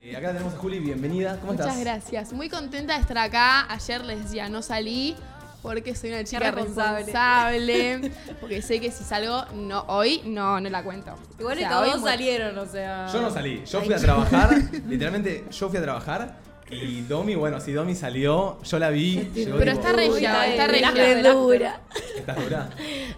Eh, Acá tenemos a Juli, bienvenida. ¿Cómo Muchas estás? gracias. Muy contenta de estar acá. Ayer les decía, no salí porque soy una chica responsable. responsable. porque sé que si salgo no, hoy, no, no la cuento. Igual O sea, todos hoy mu- salieron, o sea. Yo no salí, yo fui a trabajar, literalmente yo fui a trabajar y Domi, bueno, si Domi salió, yo la vi. llegó Pero tipo, está re "Uy, ya, está bien. regia. Relájate, relájate. dura. ¿Estás dura?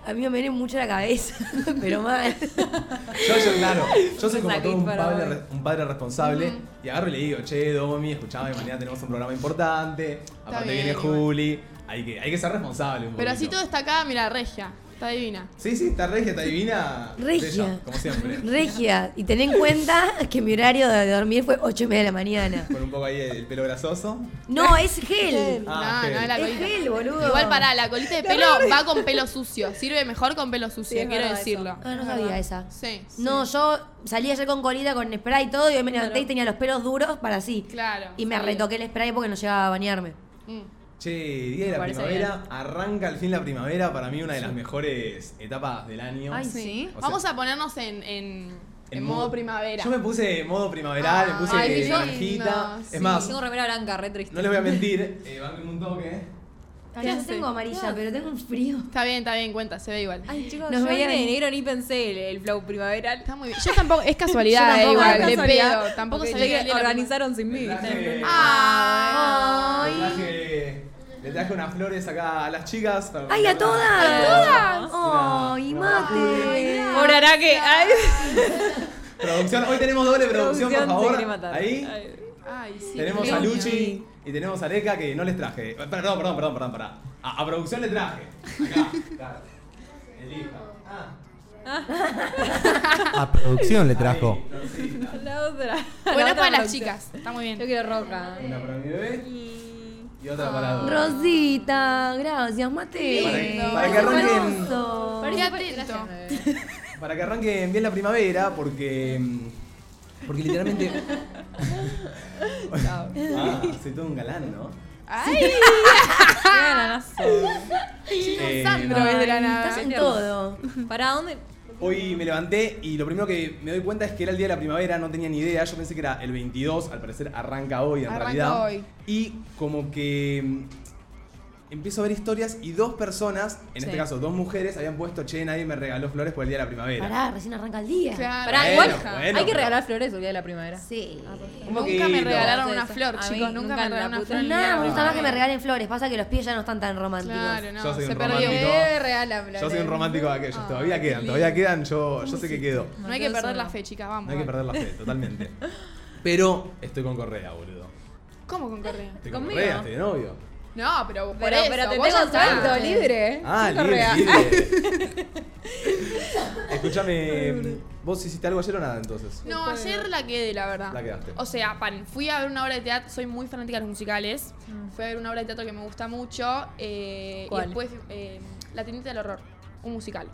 A mí me viene mucho la cabeza, pero mal. Yo, yo, claro, yo soy Un como todo saquín un para padre, hoy. re- un padre responsable y agarro y le digo, che, Domi, escuchame, mañana tenemos un programa importante, aparte bien, viene igual. Juli, hay que, hay que ser responsable un Pero poquito. así todo está acá, mira, regia. Está divina. Sí, sí, está regia, está divina. Regia. bella, como siempre. Regia, y ten en cuenta que mi horario de dormir fue 8 y media de la mañana. Con un poco ahí el pelo grasoso. No, es gel. Ah, no, ok. no, la Es colita. gel, boludo. Igual para la colita de pelo va con pelo sucio. Sirve mejor con pelo sucio, es quiero verdad decirlo. Ah, no sabía esa. Sí. No, yo salí ayer con colita, con spray y todo, y hoy me levanté Claro. y tenía los pelos duros para así. Claro, Y me sabía. retoqué el spray porque no llegaba a bañarme. Mm. Che, día Me de la parece primavera, arranca al fin la primavera, para mí una de las mejores etapas del año. Ay, Sí. Sí. O sea- Vamos a ponernos en, en, En en modo primavera. Yo me puse modo primaveral, me puse Ay, qué naranjita. lindo, sí. es más, Tengo remera blanca, re triste. no les voy a mentir, eh, banco un toque. Ay, ¿Qué no hace? tengo amarilla, pero tengo un frío. Está bien, está bien, cuenta, se ve igual. Ay, chicos, Nos yo veían de en- negro ni pensé el, el flow primaveral. Está muy bien. Yo tampoco, es casualidad, Yo eh, tampoco, igual, es de casualidad. pedo. Tampoco Porque sabía que llegué- era la organizaron sin mí. Le traje, Ah. le traje- le traje unas flores acá a las chicas. para ¡Ay, a mandarlas. todas! ¡A todas! ¡Ay, Una- mate! Cobrará que. Ay, Producción, hoy tenemos doble producción, producción, por se favor. quiere matar. Ahí. Ay. Ay, sí. tenemos qué a lindo. Luchi y tenemos a Areca que no les traje. Eh, Perdón, perdón, perdón, perdón, pará. A, a producción le traje. Acá, acá. Elija. Ah, A producción le trajo. ahí, florcita. La otra. La Bueno, otra es para las producción. chicas. Está muy Yo bien. quiero ah. roja. Una para mi bebé Y- y otra para Domi. Rosita, gracias, mate. Para que- Lindo. para que arranquen. Hermoso. Qué Parece- atento. Gracias, bebé. Para que arranquen bien la primavera, porque. mm, Porque literalmente. ah, soy todo un galán, ¿no? Ay, Qué galanazo. Eh, Sandro es de la Ay, nada. Estás en todo. ¿Para dónde? Hoy me levanté y lo primero que me doy cuenta es que era el día de la primavera, no tenía ni idea, yo pensé que era el 22, al parecer arranca hoy en Arranca realidad. hoy. Y como que mm, empiezo a ver historias y dos personas, en este Sí. caso dos mujeres, habían puesto, che, nadie me regaló flores por el día de la primavera. Pará, recién arranca el día. Claro. Pará, Bueno, igual. bueno, hay que pero- regalar flores el día de la primavera. Sí. Ah, pues, ¿Cómo Nunca me que no? regalaron No, una eso, flor, a mí chicos. nunca Nunca me en la regalaron una puta flor. ni vida. Nada, me gusta más Ay. que me regalen flores. Pasa que los pies ya no están tan románticos. Claro, no, Yo soy se un perdió. romántico. Eh, regálame. Yo soy un romántico de aquellos, Ah, todavía qué quedan, lindo. todavía quedan, yo, yo sé que quedó. No hay que perder la fe, chicas, vamos. No hay que vamos. perder la fe, totalmente. Pero estoy con Correa, boludo. ¿Cómo con correa? Estoy con Conmigo. Correa, estoy de novio. No, pero por Pero, eso. pero te vos ya tengo estás. suelto, libre. Ah, Sí, libre, Correa. libre. Escúchame, ¿vos hiciste algo ayer o nada entonces? No, ayer la quedé, la verdad. La quedaste. O sea, pan, fui a ver una obra de teatro, soy muy fanática de los musicales. Fui a ver una obra de teatro que me gusta mucho. eh, Mm. ¿Cuál? Y después, eh, La Tinita del Horror, un musical.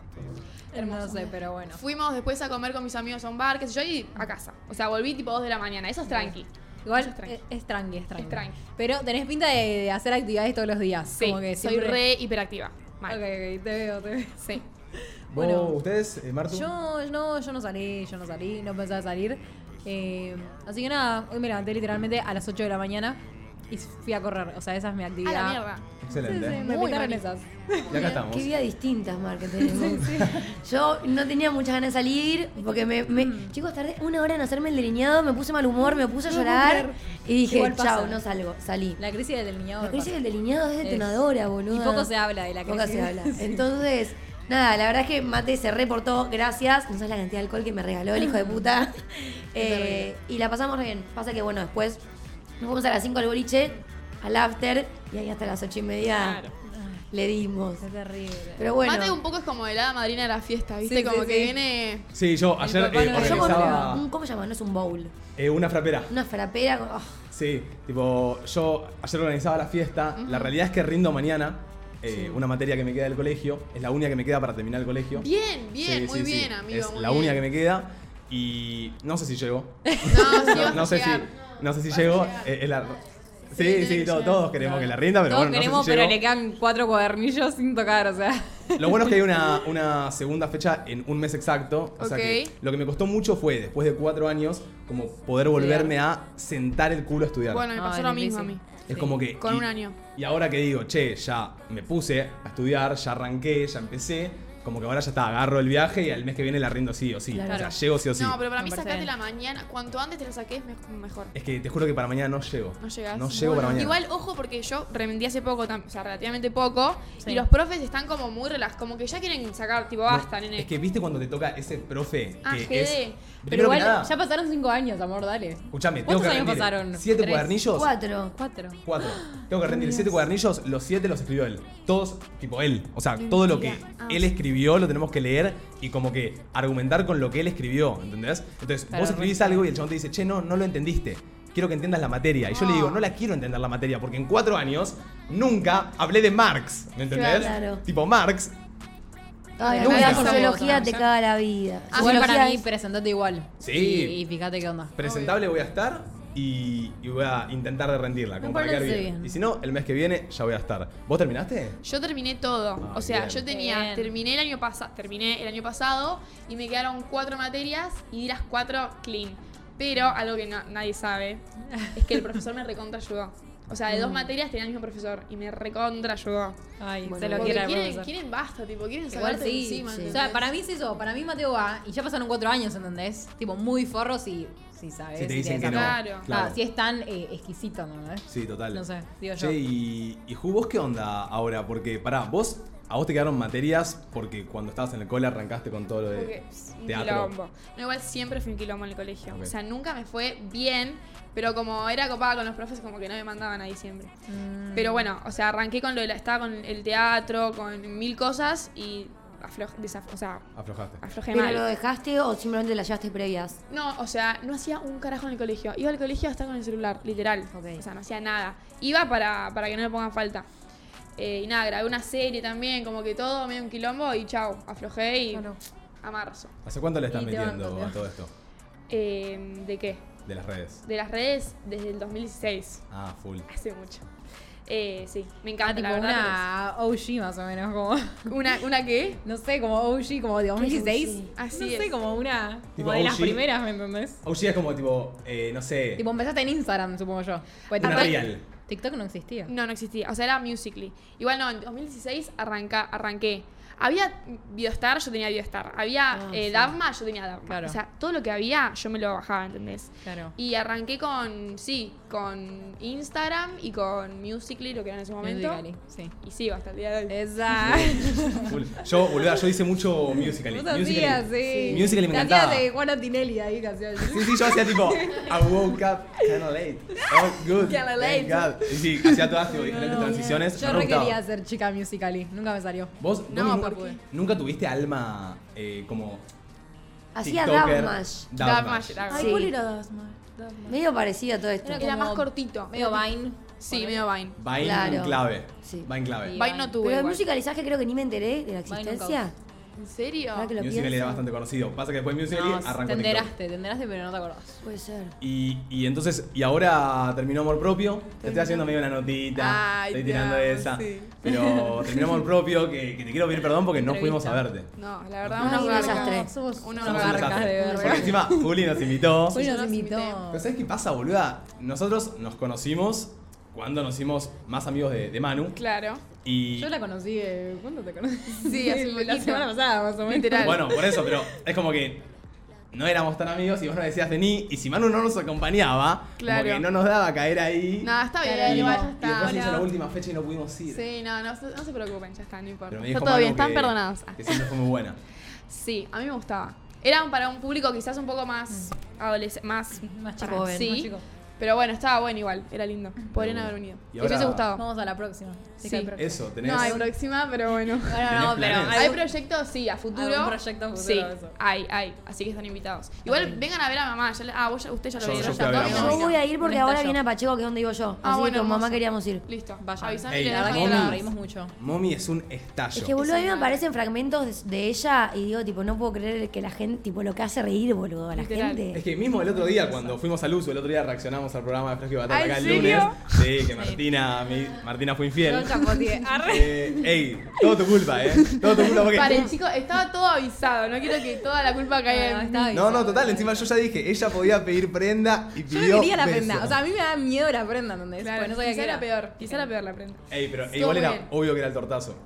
No sé, pero bueno. Fuimos después a comer con mis amigos a un bar, qué sé yo, y a casa. O sea, volví tipo 2 de la mañana. Eso es tranqui. Eso Igual es tranqui. eh, es tranqui, es tranqui. Es tranqui. Pero tenés pinta de, de hacer actividades todos los días. Sí, como que soy siempre- re hiperactiva. Ok, Mal. ok, te veo, te veo. Sí. ¿Vos, bueno. ustedes, eh, Martu? Yo no, yo no salí, yo no salí, no pensaba salir. Eh, así que nada, hoy me levanté literalmente a las 8 de la mañana y fui a correr. O sea, esa es mi A actividad. la mierda. Excelente. Sí, sí, me Muy pintaron mani. esas. Y acá estamos. Qué vida distintas, Mar, que tenemos. Yo no tenía muchas ganas de salir porque me, me- Chicos, tardé una hora en hacerme el delineado, me puse mal humor, me puse a Mm. No puedo llorar creer. y dije, Igual pasa. chao, no salgo, salí. La crisis del delineado. La me crisis pasa. del delineado es detonadora, boludo. Y poco se habla de la crisis. Poco se habla. Entonces, nada, la verdad es que Mate se reportó, gracias. No sabes la cantidad de alcohol que me regaló el hijo de puta. Eh, y la pasamos re bien. Pasa que, bueno, después nos fuimos a las 5 al boliche, al after, y ahí hasta las 8 y media Claro. le dimos. Es terrible. Pero bueno. Mate un poco es como el hada madrina de la fiesta, ¿viste? Sí, como sí, que sí. viene. Sí, yo ayer papá eh, no Yo con organizaba un, ¿Cómo se llama? No es un bowl. eh, una frapera. Una frapera. con- oh. Sí, tipo, yo ayer organizaba la fiesta. La realidad es que rindo mañana. eh, Una materia que me queda del colegio. Es la única que me queda para terminar el colegio. Bien, bien, Sí, muy sí, sí. bien, amigo. Es muy la bien. única que me queda. Y no sé si llego. No, sí, No, vas a no sé si, llegar. no sé si Vas a llego. llegar. eh, es la- Sí, sí, tiene to- que todos queremos que la rinda, pero Todos bueno, no sé queremos, si pero llegó. le quedan cuatro cuadernillos sin tocar, o sea. Lo bueno es que hay una, una segunda fecha en un mes exacto. O sea que Ok. lo que me costó mucho fue, después de cuatro años, como poder volverme a sentar el culo a estudiar. Bueno, me No, pasó es lo mismo a difícil. mí. es como que. Con y- un año. Y ahora que digo, che, ya me puse a estudiar, ya arranqué, ya empecé, como que ahora ya está, agarro el viaje y al mes que viene la rindo sí o sí. O sea, Claro. llego sí o sí. No, pero para Me mí parece sacate bien. la mañana. Cuanto antes te la saques, me- mejor. Es que te juro que para mañana no llego. No llegas. No llego para mañana. Igual, ojo, porque yo remendí hace poco, tam- o sea, relativamente poco. Sí. Y los profes están como muy relajados. Como que ya quieren sacar, tipo, No, basta, nene. Es que viste cuando te toca ese profe Ah, que GD. es. Pero Pero igual, que nada, ya pasaron cinco años, amor, dale. escuchame, tengo ¿Cuántos que años rendir pasaron? siete ¿Tres? cuadernillos. Cuatro. Cuatro. Cuatro. Tengo que rendir siete cuadernillos, los siete los escribió él. Todos, tipo él. O sea, todo lo que Ah. él escribió lo tenemos que leer y como que argumentar con lo que él escribió, ¿entendés? Entonces, Claro, vos escribís algo y el chabón te dice, che, no, no lo entendiste. Quiero que entiendas la materia. Y yo le Ah. digo, no la quiero entender la materia, porque en cuatro años nunca hablé de Marx. ¿Me entendés? Claro. Tipo, Marx. Ay, Nunca. amiga, Por favor, sociología no, te ya. caga la vida. Ah, igual para Sociología mí, es- presentate igual. Sí. Y, y fíjate qué onda. Presentable voy a estar y, y voy a intentar de rendirla, como Me para quedar parece bien. bien. Y si no, el mes que viene ya voy a estar. ¿Vos terminaste? Yo terminé todo. Ah, o sea, bien. yo tenía, Bien. terminé el año pasado, terminé el año pasado y me quedaron cuatro materias y di las cuatro clean. Pero algo que na- nadie sabe es que el profesor me recontra ayudó. O sea, de dos materias tenía el mismo profesor y me recontra ayudó. Ay, Bueno, se Mm. lo Porque quiere al quieren, profesor. quieren basta, tipo, quieren Igual sacarte de sí. encima. O ¿entendés? sea, para mí es eso. Para mí Mateo va y ya pasaron cuatro años, ¿entendés? Tipo, muy forros y si sabes. Si te y dicen que no. desarrollás. Claro. Ah, si es tan eh, exquisito, ¿no? ¿Eh? Sí, total. No sé, digo yo. Che, y, y Ju, ¿vos qué onda ahora? Porque, pará, vos, a vos te quedaron materias porque cuando estabas en el cole arrancaste con todo lo de Porque es un teatro. quilombo. No, igual siempre fui un quilombo en el colegio. Ok. O sea, nunca me fue bien, pero como era copada con los profes, como que no me mandaban ahí siempre. Mm. Pero bueno, o sea, arranqué con lo de la, estaba con el teatro, con mil cosas y afloj, desaf- o sea, Aflojaste. aflojé ¿Pero mal. lo dejaste o simplemente la llevaste previas? No, o sea, no hacía un carajo en el colegio. Iba al colegio a estar con el celular, literal. Ok. O sea, no hacía nada. Iba para, para que no me pongan falta. Eh, y nada, grabé una serie también, como que todo, medio un quilombo y chao, aflojé y Claro. a marzo. ¿Hace cuánto le estás Y te metiendo banco, te a todo esto? Eh, ¿De qué? De las redes. De las redes desde el 2016. Ah, full. Hace mucho. Eh, sí, me encanta. Ah, tipo la verdad, una OG más o menos, como. pero es- una. ¿Una qué? No sé, como OG, como de 2016. OG? Así no sé, es. como una. Tipo Como de las OG. primeras, ¿me entendés? OG es como tipo, eh, no sé, Tipo, empezaste en Instagram, supongo yo. Pues una Arran- TikTok, real. TikTok no existía. No, no existía. O sea, era Musically. Igual no, en 2016 arranca, arranqué. Había Videostar, yo tenía Videostar. Había Ah, eh, sí. Davma, yo tenía Davma. Claro. O sea, todo lo que había, yo me lo bajaba, ¿entendés? Claro. Y arranqué con, sí, con Instagram y con Musically, lo que era en ese momento. Musical.ly, Eh, sí. Y sigo hasta el día de hoy. Esa. Full. Yo, boluda, yo hice mucho musical. No sabía, sí. Musical.ly me La encantaba. tía de Juana Tinelli ahí, canción. Sí, sí, yo hacía tipo, I woke up kinda late. Oh, good. Kinda thank late. God. Y sí, hacía todas tipo, diferentes transiciones. Yo me re gustaba. quería ser chica musically, nunca me salió. ¿Vos vos No, nunca, papu. nunca tuviste alma eh, como Hacía TikToker? Davmash. Davmash. Davmash, Davmash. Ay, Sí. ¿cuál era Dasma? Medio parecido a todo esto. Era Era como más cortito. Medio Vine. Sí, medio Vine. Va en Claro. clave. Sí. Va en clave. Sí. Vine no tuve. Pero el igual. musicalizaje creo que ni me enteré de la nunca existencia. ¿En serio? Ahora que lo Musical.ly era pienso. bastante conocido. Pasa que después Musical.ly No, arrancó te TikTok. enteraste, te enteraste, pero no te acordás. Puede ser. Y, y entonces, y ahora terminó Amor Propio. Te estoy haciendo medio una notita. Ay, estoy te tirando amo, esa. sí. Pero terminó Amor Propio, que, que te quiero pedir perdón porque no Entrevista. fuimos a verte. No, la verdad, Ay, unos un garcas. desastre. No, somos Unos unos Somos un garcas desastre. de Porque verdad. encima Juli nos invitó. Hoy Yo nos los invitó. invité. Pero ¿sabes qué pasa, boluda? Nosotros nos conocimos cuando nos hicimos más amigos de, de Manu. Claro. Y Yo la conocí, eh, ¿cuándo te conocí? Sí, hace La poquito. semana pasada, más o menos. Literal. Bueno, por eso, pero es como que no éramos tan amigos y vos no decías vení. Y si Manu no nos acompañaba, Claro. como que no nos daba caer ahí. Nada, está bien, Claro. y igual ya está. después se hizo Hola. la última fecha y no pudimos ir. Sí, no, no, se- no se preocupen, ya está, no importa. Pero me Está dijo todo bien, Manu están que- perdonados. Ah, Que siempre fue muy buena. Sí, a mí me gustaba. Eran para un público quizás un poco más adolescente, más, Mm. Más chico, chico, joven, sí. más chico. Pero bueno, estaba bueno igual, era lindo. Podrían haber unido. Y Que os hubiese ahora- gustado. Vamos a la próxima. Sí. que hay próxima. Eso, tenés. No hay próxima, pero bueno. Bueno, no, ¿Tenés pero planes? Hay algún- proyectos, sí, a futuro. Algún proyecto a futuro, Sí, eso. hay, hay. Así que están invitados. Igual vengan a ver a mamá. ya le- ah, vos ya, usted ya lo Yo- vieron. yo fui a ver a ¿no? mamá. Yo voy a ir porque Un ahora ensayo. viene a Pacheco, que es donde vivo yo. Ah, Así que bueno, con mamá hermoso. queríamos ir. Listo, Vayan. avisame Ey, y le La verdad dejamos que nos entradas. reímos mucho. Mommy es un estallo. Es que, boludo, a mí me Esa- aparecen fragmentos de, de ella y digo, tipo, no puedo creer que la gente, tipo, lo que hace reír, boludo, a la Literal. gente. Es que mismo el otro día, cuando fuimos al uso, el otro día reaccionamos invitamos al programa de Flash y Batata ¿Ah, acá el en lunes. serio? Sí, que Martina, mi- Martina fue infiel. Yo chapoteé. Arre. Eh, ey, todo tu culpa, ¿eh? Todo tu culpa porque... Paren, chicos, estaba todo avisado. No quiero que toda la culpa caiga No, en estaba mí. No, no, total, encima yo ya dije, ella podía pedir prenda y Yo pidió no quería la beso. prenda. O sea, a mí me da miedo la prenda, ¿entendés? Claro, Porque no sabía quizá qué era era. peor. Quizá era peor la prenda. Ey, pero Estuvo igual muy era bien. obvio que era el tortazo.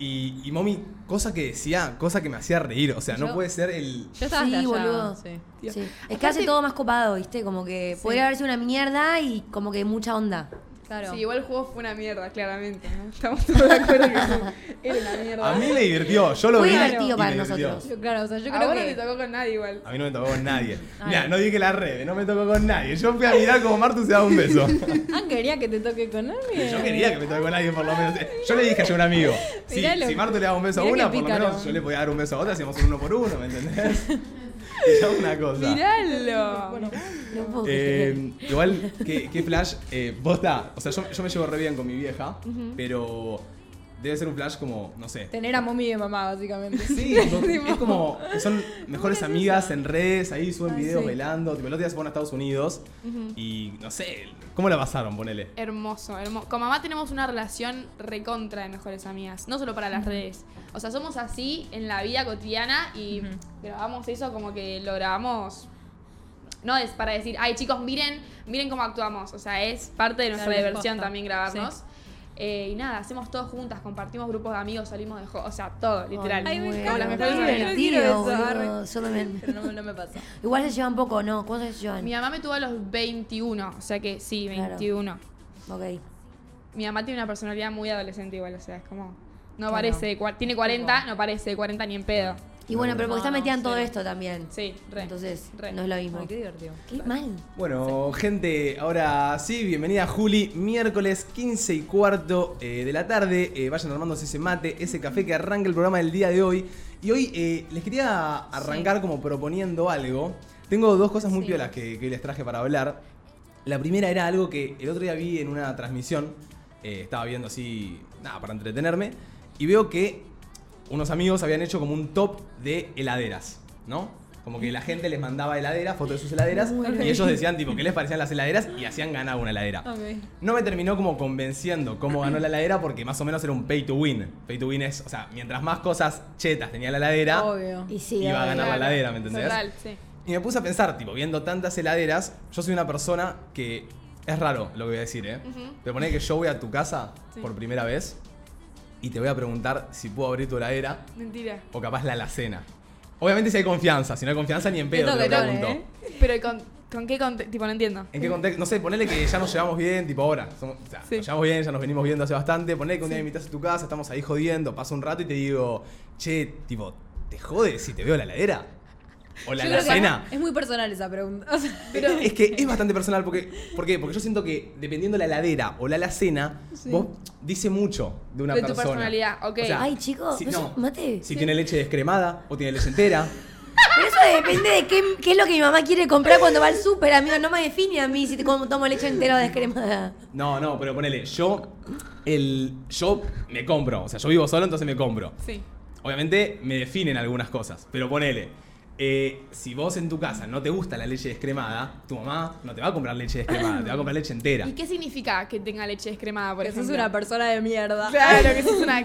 Y, y mami, cosa que decía, cosa que me hacía reír. O sea, no Yo- puede ser el. Yo estaba Sí, hasta allá, boludo. sí. Sí. Dios. Es que Aparte- hace todo más copado, ¿viste? Como que podría haber sido una mierda y como que mucha onda. Claro. Sí, igual el juego fue una mierda, claramente. ¿no? Estamos todos de acuerdo que fue- era una mierda. A mí me divirtió, yo lo Fue vi. divertido y para me divirtió. nosotros. Yo- claro, o sea, yo Yo Ah, creo no te que. tocó con nadie igual. A mí no me tocó con nadie. Ay. Mira, no dije la red, no me tocó con nadie. Yo fui a mirar como Martu se daba un beso. Ah, quería que te toque con alguien. Yo quería que me toque con alguien, por lo menos. Yo le dije a un amigo: si, Mirá lo- si Martu le daba un beso a mirá una, qué por lo pícaro. menos yo le podía dar un beso a otra, hacíamos un uno por uno, ¿me entendés? Era una cosa. Miralo. No puedo creer. Eh, igual, que flash? Eh, posta, o sea, yo, yo me llevo re bien con mi vieja, pero debe ser un flash como, no sé. Tener a mommy de mamá, básicamente. Sí, tipo, es como, son mejores amigas en redes, ahí suben Ay, videos sí. bailando, tipo, el otro día se fueron a Estados Unidos y, no sé, ¿cómo la pasaron? Ponele. Hermoso, hermoso. Con mamá tenemos una relación recontra de mejores amigas, no solo para las redes. O sea, somos así en la vida cotidiana y grabamos eso como que lo grabamos. No es para decir, ay chicos, miren, miren cómo actuamos. O sea, es parte de nuestra Claro, diversión posta. también grabarnos. Sí. Eh, y nada, hacemos todo juntas, compartimos grupos de amigos, salimos de jo- O sea, todo, literal. Ay, me muy encanta. Como las mejores Qué amigas. divertido. divertido, eso, boludo. arre. Yo también. Pero no, no me pasó. Eh. Igual se llevan poco, ¿no? ¿Cuántos se llevan? Mi mamá me tuvo a los 21, o sea que sí, Claro. 21. Ok. Mi mamá tiene una personalidad muy adolescente igual, o sea, es como... No parece, de cua- tiene 40, no parece de 40 ni en pedo. Y bueno, pero porque No, está metida en no, todo cero. esto también. Sí, re. Entonces, re. no es lo mismo. Ay, qué divertido. Qué mal. Bueno, gente, ahora sí, bienvenida Juli, miércoles 15 y cuarto eh, de la tarde, eh, vayan armándose ese mate, ese café que arranca el programa del día de hoy. Y hoy eh, les quería arrancar como proponiendo algo. Tengo dos cosas muy piolas que, que hoy les traje para hablar. La primera era algo que el otro día vi en una transmisión, eh, estaba viendo así, nada, para entretenerme, y veo que unos amigos habían hecho como un top de heladeras, ¿no? Como que la gente les mandaba heladeras, fotos de sus heladeras, y ellos decían, tipo, qué les parecían las heladeras y hacían ganar una heladera. Ok. No me terminó como convenciendo cómo ganó la heladera porque más o menos era un pay to win. Pay to win es, o sea, mientras más cosas chetas tenía la heladera, Obvio. Y sí, iba a obvio. ganar la heladera, ¿me entendés? Total, sí. Y me puse a pensar, tipo, viendo tantas heladeras, yo soy una persona que es raro lo que voy a decir, ¿eh? Ujú. Pero poné que yo voy a tu casa Sí. por primera vez y te voy a preguntar si puedo abrir tu heladera Mentira. o capaz la alacena. Obviamente si hay confianza, si no hay confianza ni en pedo Esto te lo que no, pregunto. ¿eh? Pero ¿y ¿con, con qué contexto? Tipo, no entiendo. ¿En qué contexto? No sé, ponele que ya nos llevamos bien, tipo ahora. somos- o sea, Sí. Nos llevamos bien, ya nos venimos viendo hace bastante. Ponele que un día me invitas a tu casa, estamos ahí jodiendo, pasa un rato y te digo, che, tipo, ¿te jodes si te veo la heladera? ¿O la Yo creo que alacena? Es muy personal esa pregunta. O sea, Es que es bastante personal porque, ¿por qué? Porque yo siento que dependiendo la heladera o la alacena, vos dice mucho de una De tu persona. personalidad, ok. Ay, chicos, si, ¿no no, es mate? si tiene leche descremada o tiene leche entera. Pero eso depende de qué, qué es lo que mi mamá quiere comprar cuando va al súper, amigo. No me define a mí si te como- tomo leche entera o descremada. No, no, pero ponele, yo el yo me compro, o sea, yo vivo solo, entonces me compro. Sí. Obviamente me definen algunas cosas, pero ponele. eh, si vos en tu casa no te gusta la leche descremada, tu mamá no te va a comprar leche descremada, te va a comprar leche entera. ¿Y qué significa que tenga leche descremada, por que sos ejemplo? una persona de mierda. Claro, que sos una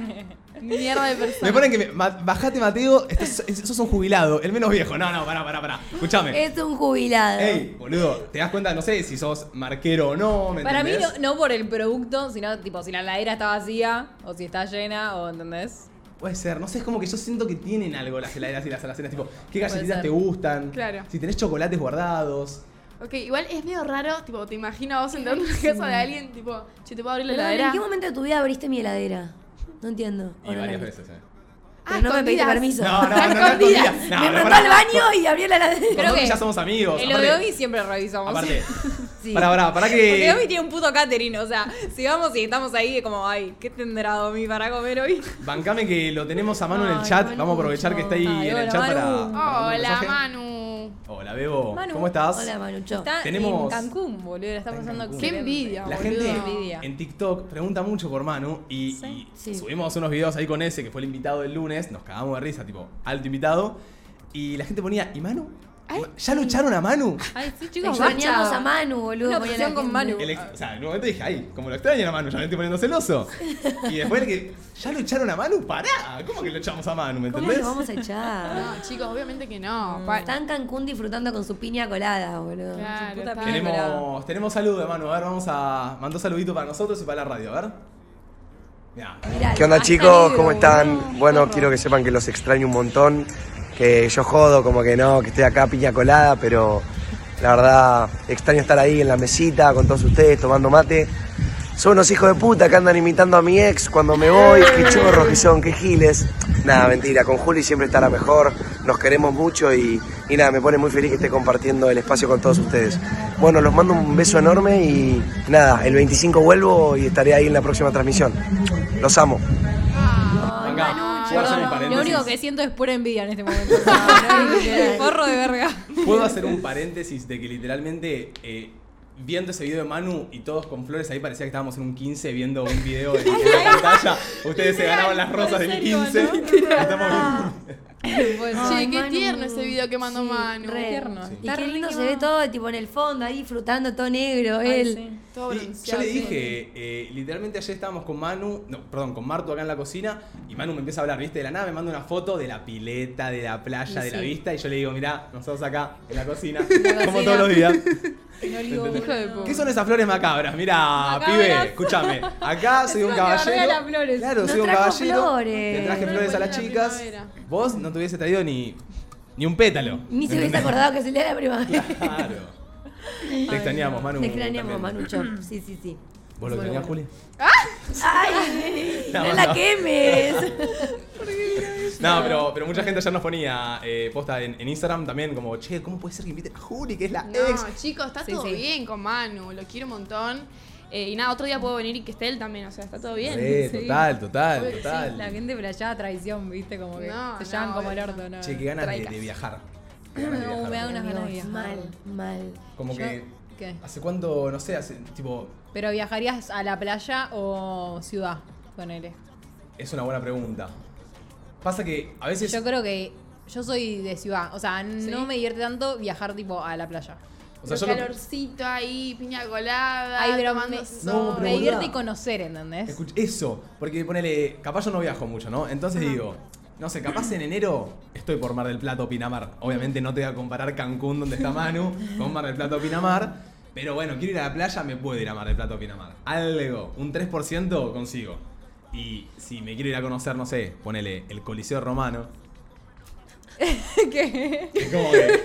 mierda de persona. Me ponen que me, ma- bajate Mateo, estás, es- sos un jubilado, el menos viejo. No, no, pará, pará, pará. Escúchame. Es un jubilado. Ey, boludo, te das cuenta, no sé si sos marquero o no, ¿me Para mí, entendés? no, no por el producto, sino tipo si la heladera está vacía o si está llena, o ¿entendés? Puede ser, no sé, es como que yo siento que tienen algo las heladeras y las alacenas, tipo, qué galletitas ser. te gustan, Claro. si tenés chocolates guardados. Ok, igual es medio raro, tipo, te imagino a vos entrando en la casa de alguien, tipo, che, ¿te puedo abrir la Perdón, ¿En heladera? qué momento de tu vida abriste mi heladera? No entiendo. Y Ahora varias la- veces, eh. Pero no me pediste Ah, escondidas. permiso. No, no, no, no, no, Escondidas. escondidas. No, me no, mandó pará. al baño y abrió la heladera. Creo Nosotros que ya somos amigos. En lo aparte, de Obi siempre revisamos. aparte, Sí. pará, pará, pará Porque Obi que. tiene un puto catering, o sea, si vamos y estamos ahí, es como, ay, ¿qué tendrá Domi para comer hoy? Bancame que lo tenemos a mano en el Ay, chat. Manu, Vamos a aprovechar que está ahí Ay, en el hola, chat para. Manu. para mandar un Hola, mensaje. Manu. Hola, Bebo. Manu. ¿Cómo estás? Hola, Manucho. Está en Tenemos- Cancún, boludo, la Está está en pasando Cancún. Qué excelente. envidia, La boludo. gente envidia. en TikTok pregunta mucho por Manu y, y Sí. subimos unos videos ahí con ese que fue el invitado del lunes, nos cagamos de risa, tipo, alto invitado. Y la gente ponía, ¿y Manu? ¿Ya lucharon a Manu? Ay, sí, chicos, Extrañamos basta. a Manu, boludo. Una ponía la obsesión con gente. Manu. El ex- o sea, en un momento dije, ay, como lo extrañan a Manu, ya me estoy poniendo celoso. Y después el que, ¿ya lo echaron a Manu? Pará, ¿cómo que lo echamos a Manu? ¿Me ¿Cómo lo entendés? vamos a echar? No, chicos, obviamente que no. Pa- Está en Cancún disfrutando con su piña colada, boludo. Claro, puta está- pena. Tenemos, tenemos saludos de Manu, a ver, vamos a. Mandó saludito para nosotros y para la radio, a ver. Mirá, Mirá, ¿Qué onda hasta chicos? negro, ¿Cómo boludo. están? Bueno, quiero que sepan que los extraño un montón, que yo jodo como que no, que estoy acá piña colada, pero la verdad extraño estar ahí en la mesita con todos ustedes tomando mate. Son unos hijos de puta que andan imitando a mi ex cuando me voy, qué chorros que son, qué giles. Nada, mentira, con Juli siempre está la mejor, nos queremos mucho y, y nada, me pone muy feliz que esté compartiendo el espacio con todos ustedes. Bueno, los mando un beso enorme y nada, el 25 vuelvo y estaré ahí en la próxima transmisión. Los amo. Venga, Manucci. ¿puedo hacer un Perdón, Lo paréntesis? único que siento es pura envidia en este momento. O sea, no hay- Porro de verga. Puedo hacer un paréntesis de que literalmente. eh, Viendo ese video de Manu y todos con flores ahí parecía que estábamos en un 15 viendo un video en en la pantalla. Ustedes se ganaban las rosas del 15. Estamos Pues, Che, Ay, qué Manu. tierno ese video que mandó Sí, Manu. re. Tierno. Sí. Y Está qué lindo re se ve todo, tipo en el fondo, ahí disfrutando todo negro, él. Todo Y yo bronceado, le sí. dije, eh, literalmente ayer estábamos con Manu, no, perdón, con Martu acá en la cocina, y Manu me empieza a hablar, viste, de la nada, me manda una foto de la pileta, de la playa, de la vista, y yo le digo, mirá, nosotros acá, en la cocina, como todos los días. Hijo de puta. ¿Qué son esas flores macabras? Mirá, pibe, escúchame, acá soy un caballero. Claro, Nos soy un trajo caballero. flores. Le traje No flores a las encuentro la chicas. primavera. Vos no te hubiese traído ni, ni un pétalo. Ni se hubiese acordado que es el día de la primavera. Claro. Te extrañamos, Manu. Te extrañamos, también. Manucho. Mm. Sí, sí, sí. ¿Vos lo extrañás, Juli? ¡Ay! No, ¡No, no. la quemes! No, pero, pero mucha gente ayer nos ponía eh, posta en, en Instagram también, como, che, ¿cómo puede ser que invite a Juli, que es la ex? No, chicos, está todo sí. bien con Manu. Lo quiero un montón. Eh, y nada, otro día puedo venir y que esté él también. O sea, está todo bien. Re, sí. Total, total, Sí, total. la gente por allá traición, viste, como que No, se no, llaman como el obvio, orto, ¿no? Che, qué ganas de- de, Traicas. viajar. Qué ganas de No, viajar. me da unas ganas de Amigos, viajar. mal, mal. Como que, ¿Qué? ¿hace cuánto, no sé, hace, tipo, ¿Pero viajarías a la playa o ciudad? Ponele. es una buena pregunta. Pasa que a veces... Yo creo que yo soy de ciudad, o sea, no me divierte tanto viajar tipo a la playa. o sea, Pero yo lo- calorcito ahí, piña colada, Ay, pero Ah, tomando me- sol. No, pero Me boluda. divierte conocer, ¿entendés? Escucha, eso, porque ponele, capaz yo no viajo mucho, ¿no? Entonces digo, no sé, capaz en enero estoy por Mar del Plata o Pinamar. Obviamente no te voy a comparar Cancún, donde está Manu, con Mar del Plata o Pinamar. Pero bueno, quiero ir a la playa, me puedo ir a Mar del Plata o Pinamar. Algo, un 3% consigo. Y si me quiero ir a conocer, no sé, ponele el Coliseo Romano. ¿Qué? Es como que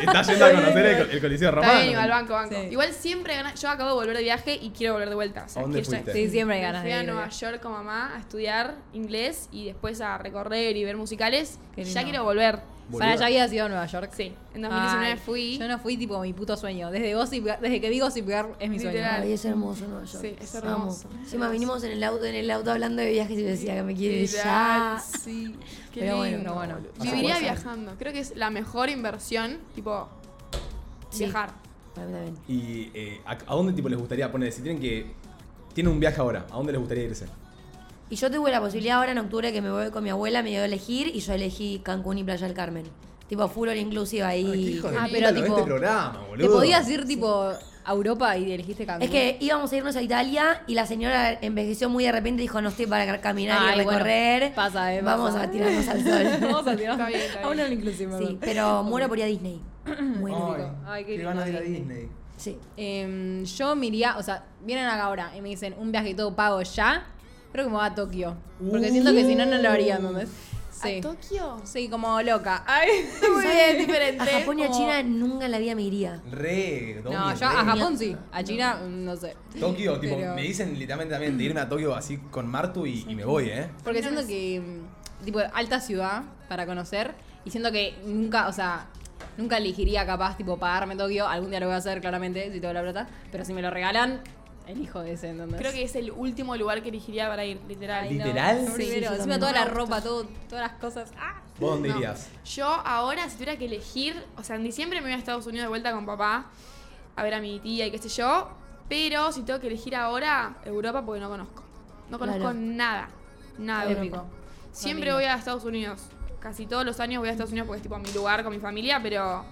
estás yendo a conocer el, el Coliseo Romano. Está bien, al banco, banco. Sí. Igual siempre ganas. Yo acabo de volver de viaje y quiero volver de vuelta. O sea, ¿A dónde que ya- fuiste? Sí, siempre hay Me ganas fui de a ir, Nueva obvio. York con mamá a estudiar inglés y después a recorrer y ver musicales. Qué Ya lindo. quiero volver. Para allá Boluda. había sido a Nueva York. Sí, en 2019 Ay, fui. Yo no fui tipo mi puto sueño. Desde Gossip Girl- desde que vi Gossip Girl es mi Literal. sueño. Ay, es hermoso Nueva York. Sí, es Amo. hermoso. Encima vinimos en el auto, en el auto hablando de viajes y decía que me quiere ir Literal, ya. Sí. Qué Pero bueno, lindo, pero bueno. boludo. O sea, Viviría cosas. viajando. Creo que es la mejor inversión, tipo, Sí. viajar. Para mí también. ¿Y eh, a, a dónde tipo les gustaría poner? Si tienen que. Tienen un viaje ahora, ¿a dónde les gustaría irse? Y yo tuve la posibilidad ahora en octubre que me voy con mi abuela, me dio a elegir y yo elegí Cancún y Playa del Carmen. Tipo full all inclusive ahí. de Ah, puta pero lo de tipo, este este programa, Te boludo. podías ir tipo a Europa y elegiste Cancún. Es que íbamos a irnos a Italia y la señora envejeció muy de repente y dijo, no estoy para caminar y Ay, bueno, recorrer. pasa, eh, Vamos pasa. a tirarnos al sol. Vamos a tirar Está bien, está a una bien. inclusiva. sí, pero muero por ir a Disney. Muero. Ay, qué lindo Disney. Sí. Em, yo me iría, o sea, vienen acá ahora y me dicen un viaje todo pago ya, creo que me voy a Tokio. Porque siento que si no, no lo haría, ¿entendés? Sí. Uh. ¿A Tokio? Sí, como loca. Ay, Muy bien, diferente. A Japón y a como- China nunca en la vida me iría. Re, Domi, No, yo re. a Japón sí, a China mm, no sé. Tokio, tipo, Pero- me dicen literalmente también de irme a Tokio así con Martu y, y me voy, ¿eh? Porque siento que, mm, tipo, alta ciudad para conocer y siento que nunca, o sea, nunca elegiría capaz, tipo, pagarme Tokio. Algún día lo voy a hacer, claramente, si tengo la plata. Pero si me lo regalan, elijo ese, ¿entendés? Creo que es el último lugar que elegiría para ir, literal. Ay, no. ¿Literal? Sí, Sí, yo pero encima también. toda la ropa, todo, todas las cosas. ¡Ah! ¿Vos dónde No. irías? Yo ahora, si tuviera que elegir, o sea, en diciembre me voy a Estados Unidos de vuelta con papá, a ver a mi tía y qué sé yo, pero si tengo que elegir ahora, Europa, porque no conozco. No conozco Claro. nada, nada de Épico. Europa. Siempre voy a Estados Unidos. Casi todos los años voy a Estados Unidos porque es tipo mi lugar con mi familia, pero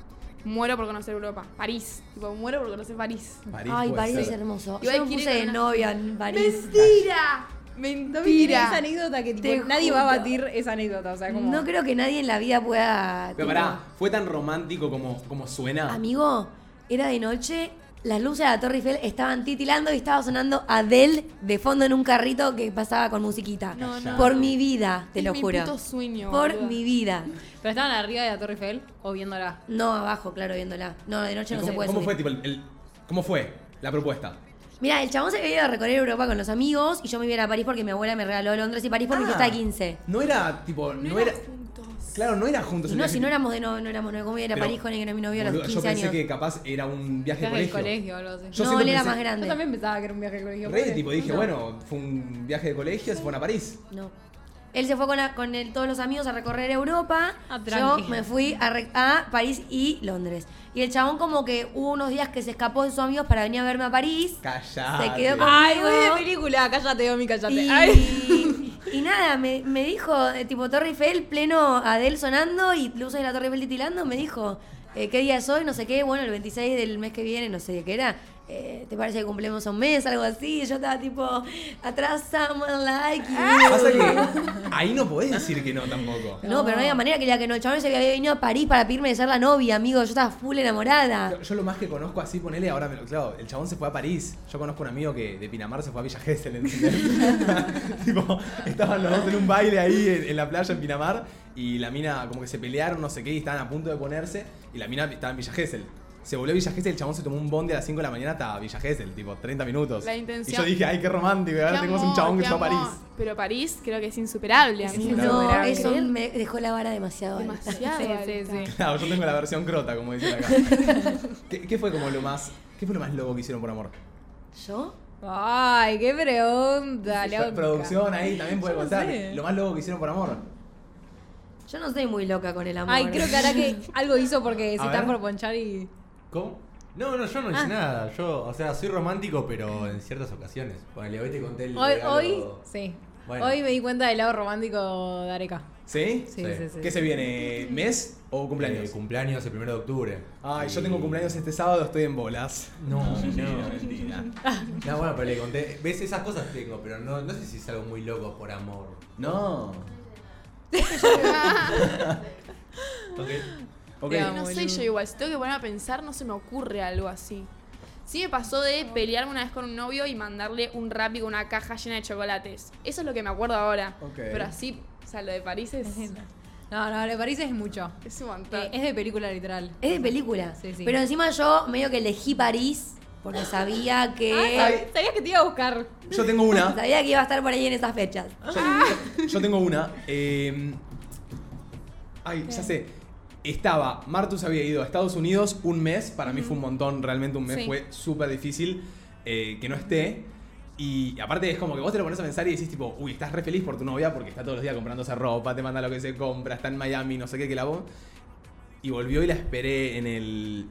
muero por conocer Europa. París. Tipo, muero por conocer París. París Ay, puede París ser. es hermoso. Yo Igual me quiere puse de con una- novia en París. ¡Mentira! Esa ¡Mentira! anécdota que tipo, Te nadie va a juro. batir esa anécdota. O sea, como. No creo que nadie en la vida pueda. Pero tipo, pará, fue tan romántico como, como suena. Amigo, era de noche, las luces de la Torre Eiffel estaban titilando y estaba sonando Adele de fondo en un carrito que pasaba con musiquita. No, no. Por mi vida, te Es lo mi juro. puto sueño, Por boluda. mi vida. Pero estaban arriba de la Torre Eiffel o viéndola. No abajo, claro, viéndola. No, de noche no ¿Cómo, se puede cómo fue subir. tipo el- el- cómo fue la propuesta? Mira, el chabón se había ido a recorrer Europa con los amigos y yo me iba a ir a París porque mi abuela me regaló Londres y París por mi Ah, fiesta de 15. No era tipo, no, era, juntos. claro, no era juntos. Y el no, viaje, si no tipo, éramos de no, no éramos no, ¿cómo iba a ir a Pero, París con el que era mi novio a los boluda, 15 Yo pensé años? que capaz era un viaje de Viaje del colegio. colegio o algo así. Yo no, él siempre era pensé- más Yo grande. también pensaba que era un viaje de colegio. Re, pobre. tipo, dije, bueno, fue un viaje de colegio, se fueron a París. No. Él se fue con, la- con el- todos los amigos a recorrer Europa. Ah, yo tranqui. me fui a, re- a París y Londres. Y el chabón como que hubo unos días que se escapó de sus amigos para venir a verme a París. Callate. Se quedó con- Ay, güey, de película. Cállate, Omi, cállate. Y, Ay. y nada, me, me dijo, eh, tipo Torre Eiffel, pleno Adel sonando y luces de la Torre Eiffel titilando, me dijo, eh, ¿qué día es hoy? No sé qué, bueno, el 26 del mes que viene, no sé qué era. Eh, ¿Te parece que cumplimos un mes? Algo así. Y Yo estaba tipo, atrás, someone like you. Pasa que ahí no podés decir que no tampoco. No, pero no había manera que le diga que no. El chabón se había venido a París para pedirme de ser la novia, amigo. Yo estaba full Ah. enamorada. Yo, yo lo más que conozco así, ponele ahora, me lo, claro, el chabón se fue a París. Yo conozco un amigo que de Pinamar se fue a Villa Gesell, ¿entendés? tipo, estaban los dos en un baile ahí en, en la playa en Pinamar y la mina como que se pelearon, no sé qué, y estaban a punto de ponerse y la mina estaba en Villa Gesell. Se volvió a Villa Gesell, el chabón se tomó un bondi a las 5 de la mañana hasta Villa Gesell, tipo 30 minutos. La Y intención. yo dije, ay, qué romántico, y ahora Qué tenemos un amor, chabón que qué se fue a amor. París. Pero París creo que es insuperable, amigo. No, insuperable. eso me dejó la vara demasiado alta. Demasiado. Sí, sí, sí. Claro, yo tengo la versión crota, como dicen acá. ¿Qué, qué fue como lo más, qué fue lo más loco que hicieron por amor? ¿Yo? Ay, qué pregunta, La loca. producción ahí también puede Yo no contar. sé. Lo más loco que hicieron por amor. Yo no soy muy loca con el amor. Ay, creo que ahora que algo hizo porque A se ver. están por ponchar y. ¿Cómo? No, no, yo no Ah. hice nada. Yo, o sea, soy romántico, pero en ciertas ocasiones. Ponele, hoy te conté el Hoy, regalo- hoy, sí. Bueno. Hoy me di cuenta del lado romántico de Areca. ¿Sí? Sí, Sí. sí, sí. ¿Qué se viene? ¿Mes o cumpleaños? cumpleaños. cumpleaños el primero de octubre. Ay, yo Y- tengo cumpleaños este sábado, estoy en bolas. No, no, No, bueno, pero le conté. ¿Ves? Esas cosas tengo, pero no, no sé si es algo muy loco por amor. No. Ok. Te amo. No sé boludo. yo igual, si tengo que poner a pensar, no se me ocurre algo así. Sí me pasó de pelearme una vez con un novio y mandarle un rápido con una caja llena de chocolates. Eso es lo que me acuerdo ahora. Ok. Pero así, o sea, lo de París es, No, no, le parece es mucho. es un montón. Eh, es de película literal. Es de película. Sí, sí. Pero encima yo medio que elegí París porque sabía que. Ay, Sabías Ah, que te iba a buscar. Yo tengo una. sabía que iba a estar por ahí en esas fechas. Yo tengo una. eh, ay, ya sé. Estaba, Martus había ido a Estados Unidos un mes, para mí fue un montón, realmente un mes Sí. fue súper difícil eh, que no esté. Y aparte es como que vos te lo pones a pensar y decís tipo, uy, estás re feliz por tu novia porque está todos los días comprándose ropa, te manda lo que se compra, está en Miami, no sé qué, que la voz. Y volvió y la esperé en el,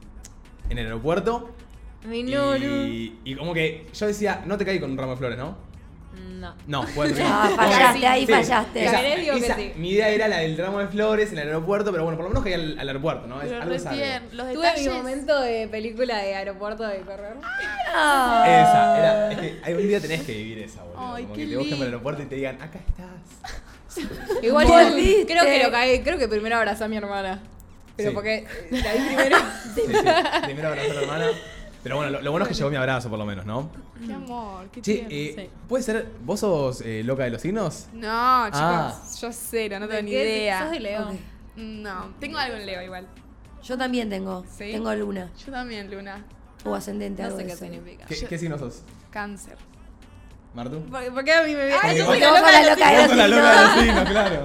en el aeropuerto. Mi no, no. Y, y como que yo decía, no te caí con un ramo de flores, ¿no? No. No, puede ser. Ah, fallaste, ahí fallaste. Esa- Querés, digo que esa- sí. Mi idea era la del ramo de flores en el aeropuerto, pero bueno, por lo menos caí al, al aeropuerto, ¿no? Ah, Es Pero algo re es algo. bien, los Tuve mi detalles. momento de película de aeropuerto de correr. Ah. Eh. Esa, era. Es que algún día tenés que vivir esa, boludo. Ay, Como qué que te busquen por lindo. el aeropuerto y te digan, acá estás. Igual yo Volviste. creo que lo caí, eh, creo que primero abrazé a mi hermana. Pero Sí. porque la vi primero. Sí, sí. Primero abrazo a la hermana. Pero bueno, lo, lo bueno es que llegó mi abrazo, por lo menos, ¿no? Qué amor, qué Che, tierno. eh, ¿puede ser. ¿Vos sos eh, loca de los signos? No, chicos, Ah. yo cero, no tengo ni ¿Qué? idea. Sos de León. Ok. No, tengo algo en Leo igual. Yo también tengo. Sí. Tengo luna. Yo también, Luna. O ascendente, No algo sé de qué eso. significa. ¿Qué, qué signo sos? Cáncer. ¿Martu? ¿Por, por qué a mí me Ay, yo vos soy la sos loca la de los loca de signos. Sos la loca de los signos, claro.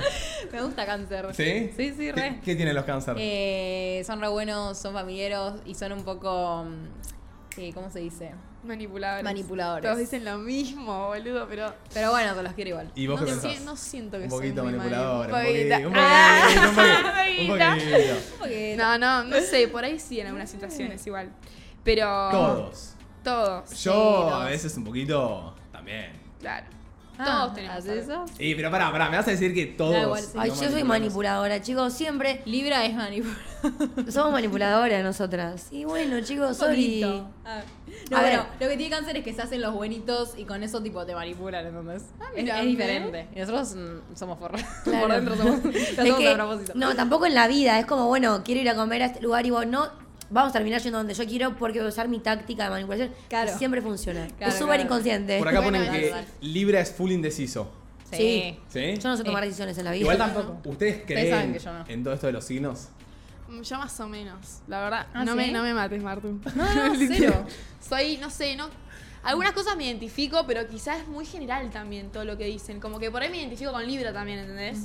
Me gusta cáncer. ¿Sí? Sí, sí, ¿Qué, re. qué tienen los cáncer? Eh, son re buenos, son familiares y son un poco. mm, eh, ¿Cómo se dice? Manipuladores. Manipuladores. Todos dicen lo mismo, boludo, pero. Pero bueno, se los quiero igual. ¿Y vos no, qué si- pensás? no siento que Un soy poquito muy manipulador, un manipuladora. poquito, un Ah, poquito, un poquito, un un poquito. Ah, poquito. No, no, no sé, por ahí sí en algunas situaciones igual. Pero. Todos. Todos. Yo a veces un poquito también. Claro. Todos tenemos Ah, ¿Haces eso? Y pero pará, pará, me vas a decir que todos. Da igual, sí. no Ay, yo soy manipulamos. manipuladora, chicos, siempre. Libra es manipulada. Somos manipuladoras nosotras. Y bueno, chicos, sorry. Poquito. Ah. No, A bueno, ver. lo que tiene cáncer es que se hacen los buenitos y con eso tipo te manipulan, entonces. es, mira, es ¿eh? diferente. Y nosotros mm, somos por, Ah, Claro. por dentro somos, lo Es hacemos que, a propósito. No, tampoco en la vida. Es como, bueno, quiero ir a comer a este lugar y vos no. Vamos a terminar yendo donde yo quiero porque voy a usar mi táctica de manipulación. que Claro. siempre funciona. Claro, es súper claro. inconsciente. Por acá Bueno, ponen que dale, Libra es full indeciso. Sí. sí. ¿Sí? Yo no sé tomar decisiones en la vida. eh, Igual tampoco. ¿Ustedes creen saben que yo no. en todo esto de los signos? Mm, Yo más o menos, la verdad. ¿Ah, no, sí? me, no me mates, Martín. no, cero. Soy, no sé, no. Algunas cosas me identifico, pero quizás es muy general también todo lo que dicen. Como que por ahí me identifico con Libra también, ¿entendés?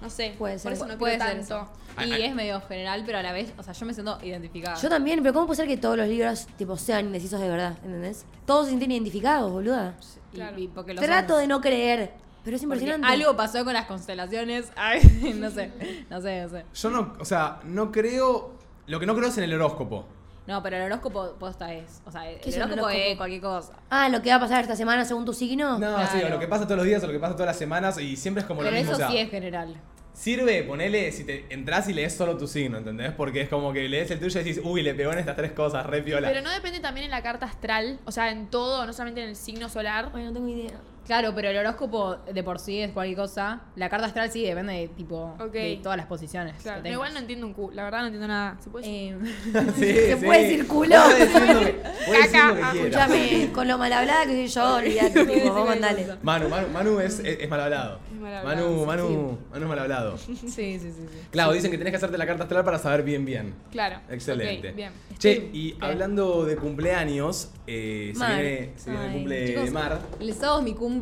No sé. Puede Por ser. eso no Puede creo ser tanto. Ah, Y ah. es medio general, pero a la vez, o sea, yo me siento identificada. Yo también, pero ¿cómo puede ser que todos los libros tipo, sean indecisos de verdad? ¿Entendés? Todos se sienten identificados, boluda. Y- Claro. y porque lo Trato somos. de no creer, pero es Porque impresionante. algo pasó con las constelaciones. Ay, no sé, no sé, no sé. Yo no, o sea, no creo. Lo que no creo es en el horóscopo. No, pero el horóscopo posta es. O sea, el ¿Qué es horóscopo, un horóscopo? es cualquier cosa. Ah, lo que va a pasar esta semana según tu signo. No, sí, o claro. lo que pasa todos los días o lo que pasa todas las semanas y siempre es como Pero lo mismo. eso o sea, sí es general. Sirve, ponele, si te entras y lees solo tu signo, ¿entendés? Porque es como que lees el tuyo y decís, uy, le pegó en estas tres cosas, re piola. Pero no depende también en la carta astral, o sea, en todo, no solamente en el signo solar. Ay, no tengo idea. Claro, pero el horóscopo de por sí es cualquier cosa. La carta astral sí depende de tipo Ok. de todas las posiciones. Claro, que no, igual no tengas. entiendo un cu, la verdad no entiendo nada. ¿Se puede decir? Eh, Sí, Se sí. puede circular. Vos podés decir lo que- podés decir lo que Caca. quieras. Escúchame, con lo mal hablada que soy yo, olvídate, tipo, vos mandale. Manu, Manu, Manu es, es, es mal hablado. Es mal hablado, Manu, Manu, Manu es mal hablado. sí, sí, sí, sí. Claro, dicen que tenés que hacerte la carta astral para saber bien, bien. Claro. Excelente. Ok, bien. Che, y hablando de cumpleaños, eh, se Mar. viene, se viene el Ay, cumple chicos, de Mar. El sábado es mi cumple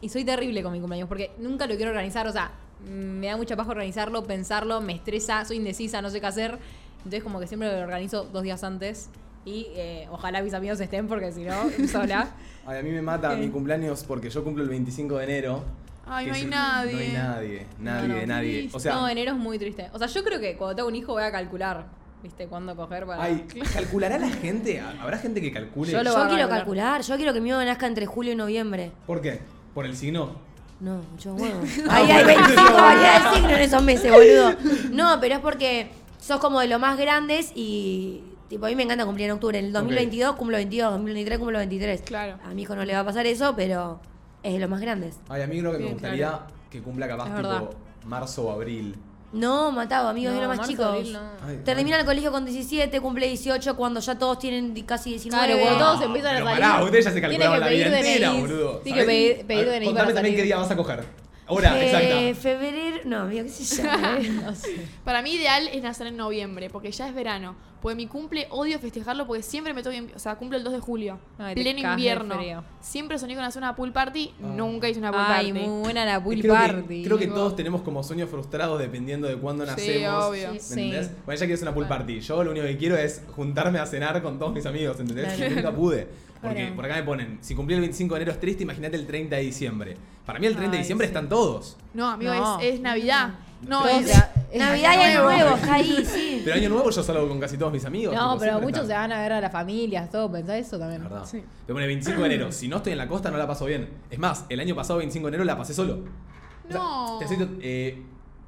y soy terrible con mi cumpleaños porque nunca lo quiero organizar. O sea, me da mucha paja organizarlo, pensarlo, me estresa, soy indecisa, no sé qué hacer. Entonces, como que siempre lo organizo dos días antes. Y eh, ojalá mis amigos estén porque si no, sola. Ay, a mí me mata mi cumpleaños porque yo cumplo el 25 de enero. Ay, que no hay es- nadie. No hay nadie, nadie, No, no. nadie. O sea, no, enero es muy triste. O sea, yo creo que cuando tengo un hijo voy a calcular, ¿viste? Cuándo coger para. ay, ¿calculará la gente? ¿Habrá gente que calcule? Yo lo- Yo va a quiero ganar. calcular, yo quiero que mi hijo nazca entre julio y noviembre. ¿Por qué? ¿Por el signo? No, muchos huevos. Ahí Ah, hay 25 variedades de signo en esos meses, boludo. No, pero es porque sos como de los más grandes y tipo a mí me encanta cumplir en octubre. En el 2022 cumplo 22, 2023 cumplo 23. Claro. A mi hijo no le va a pasar eso, pero es de los más grandes. Ay, a mí creo que me Bien, gustaría que cumpla capaz Es verdad. tipo marzo o abril. No, matado, amigos, de los más marzo, chicos. abril, no. Ay, Termina el colegio con 17, cumple 18 cuando ya todos tienen casi 19. Claro, cuando boludo. todos empiezan Ah, Pero a salir. pará, ustedes ya se tiene calculaban que la pedir vida entera, DNIs. boludo. Tiene que ¿Sabés? pedir, pedir A ver, DNI Contame para también qué salir. día vas a coger. Hora, exacta. Eh, febrero, no, amigo, qué sé yo. Ah, eh. Para mí ideal es nacer en noviembre, porque ya es verano. Porque mi cumple odio festejarlo porque siempre me toca, o sea, cumplo el 2 de julio, Ay, te pleno cagas de invierno. frío. Siempre soñé con hacer una pool party, Ah. nunca hice una pool Ay, party. muy buena la pool creo party. Que, creo que loco. todos tenemos como sueños frustrados dependiendo de cuándo nacemos. obvio. ¿me Sí. entendés? Bueno, ella quiere hacer una pool party. Yo lo único que quiero es juntarme a cenar con todos mis amigos, ¿entendés? Yo nunca pude. Porque Claro. por acá me ponen, si cumplí el 25 de enero es triste, imagínate el 30 de diciembre. Para mí el 30 de Ay, diciembre sí. están todos. No, amigo, No. Es, es Navidad. Mm. No, Todos es, se- es Navidad y Año Nuevo, está ahí, sí. Pero año nuevo yo salgo con casi todos mis amigos. No, tipo, pero siempre muchos se están. van a ver a las familias, todo. Pensá eso también. La verdad. Sí. Me pone 25 de enero. Si no estoy en la costa, no la paso bien. Es más, el año pasado, 25 de enero, la pasé solo. O sea, No. te soy- eh,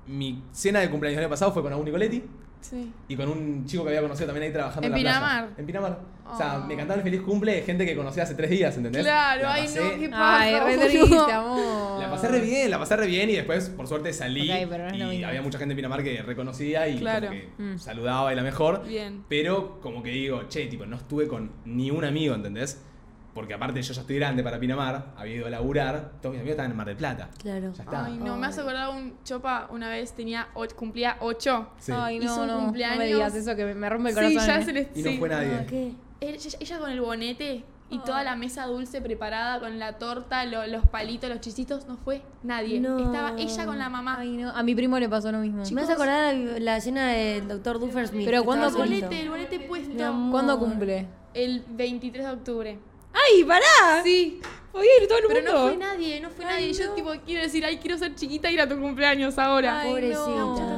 mi cena de cumpleaños del año pasado fue con Abu Nicoletti sí. y con un chico que había conocido también ahí trabajando en, En la playa. Pinamar. En Pinamar. O sea, Oh. me cantaron feliz cumple de gente que conocí hace tres días, ¿entendés? Claro, La ay pasé- no, qué paja. Ay, re boludo. triste, amor. La pasé re bien, la pasé re bien y después, por suerte, salí. Ok, pero no es lo y mismo. había mucha gente en Pinamar que reconocía y Claro. como que Mm. saludaba y la mejor. Bien. Pero como que digo, che, tipo, no estuve con ni un amigo, ¿entendés? Porque aparte yo ya estoy grande para Pinamar, había ido a laburar, todos mis amigos estaban en Mar del Plata. Claro. Ya está. Ay, no, me has acordado un chopa una vez tenía och- cumplía 8. Sí. Ay, Hizo no, un no, no me cumpleaños. digas eso que me- me rompe el Sí, corazón. ya eh. se les Y no sí. fue nadie. Ah, ¿qué? Ella, ella con el bonete y toda la mesa dulce preparada con la torta, lo- los palitos, los chisitos, no fue nadie. No. Estaba ella con la mamá. Ay, no, a mi primo le pasó lo mismo. Me vas a acordar la, la escena del doctor Duffersmith. Pero que cuando el estaba solito. bonete, el bonete Mi puesto amor. ¿Cuándo cumple? el 23 de octubre. ¡Ay, pará! Sí, Voy a ir todo el pero no fue nada. nadie, no fue nadie. Yo tipo quiero decir, ay, quiero ser chiquita y ir a tu cumpleaños ahora. Ay, no. Pobrecita.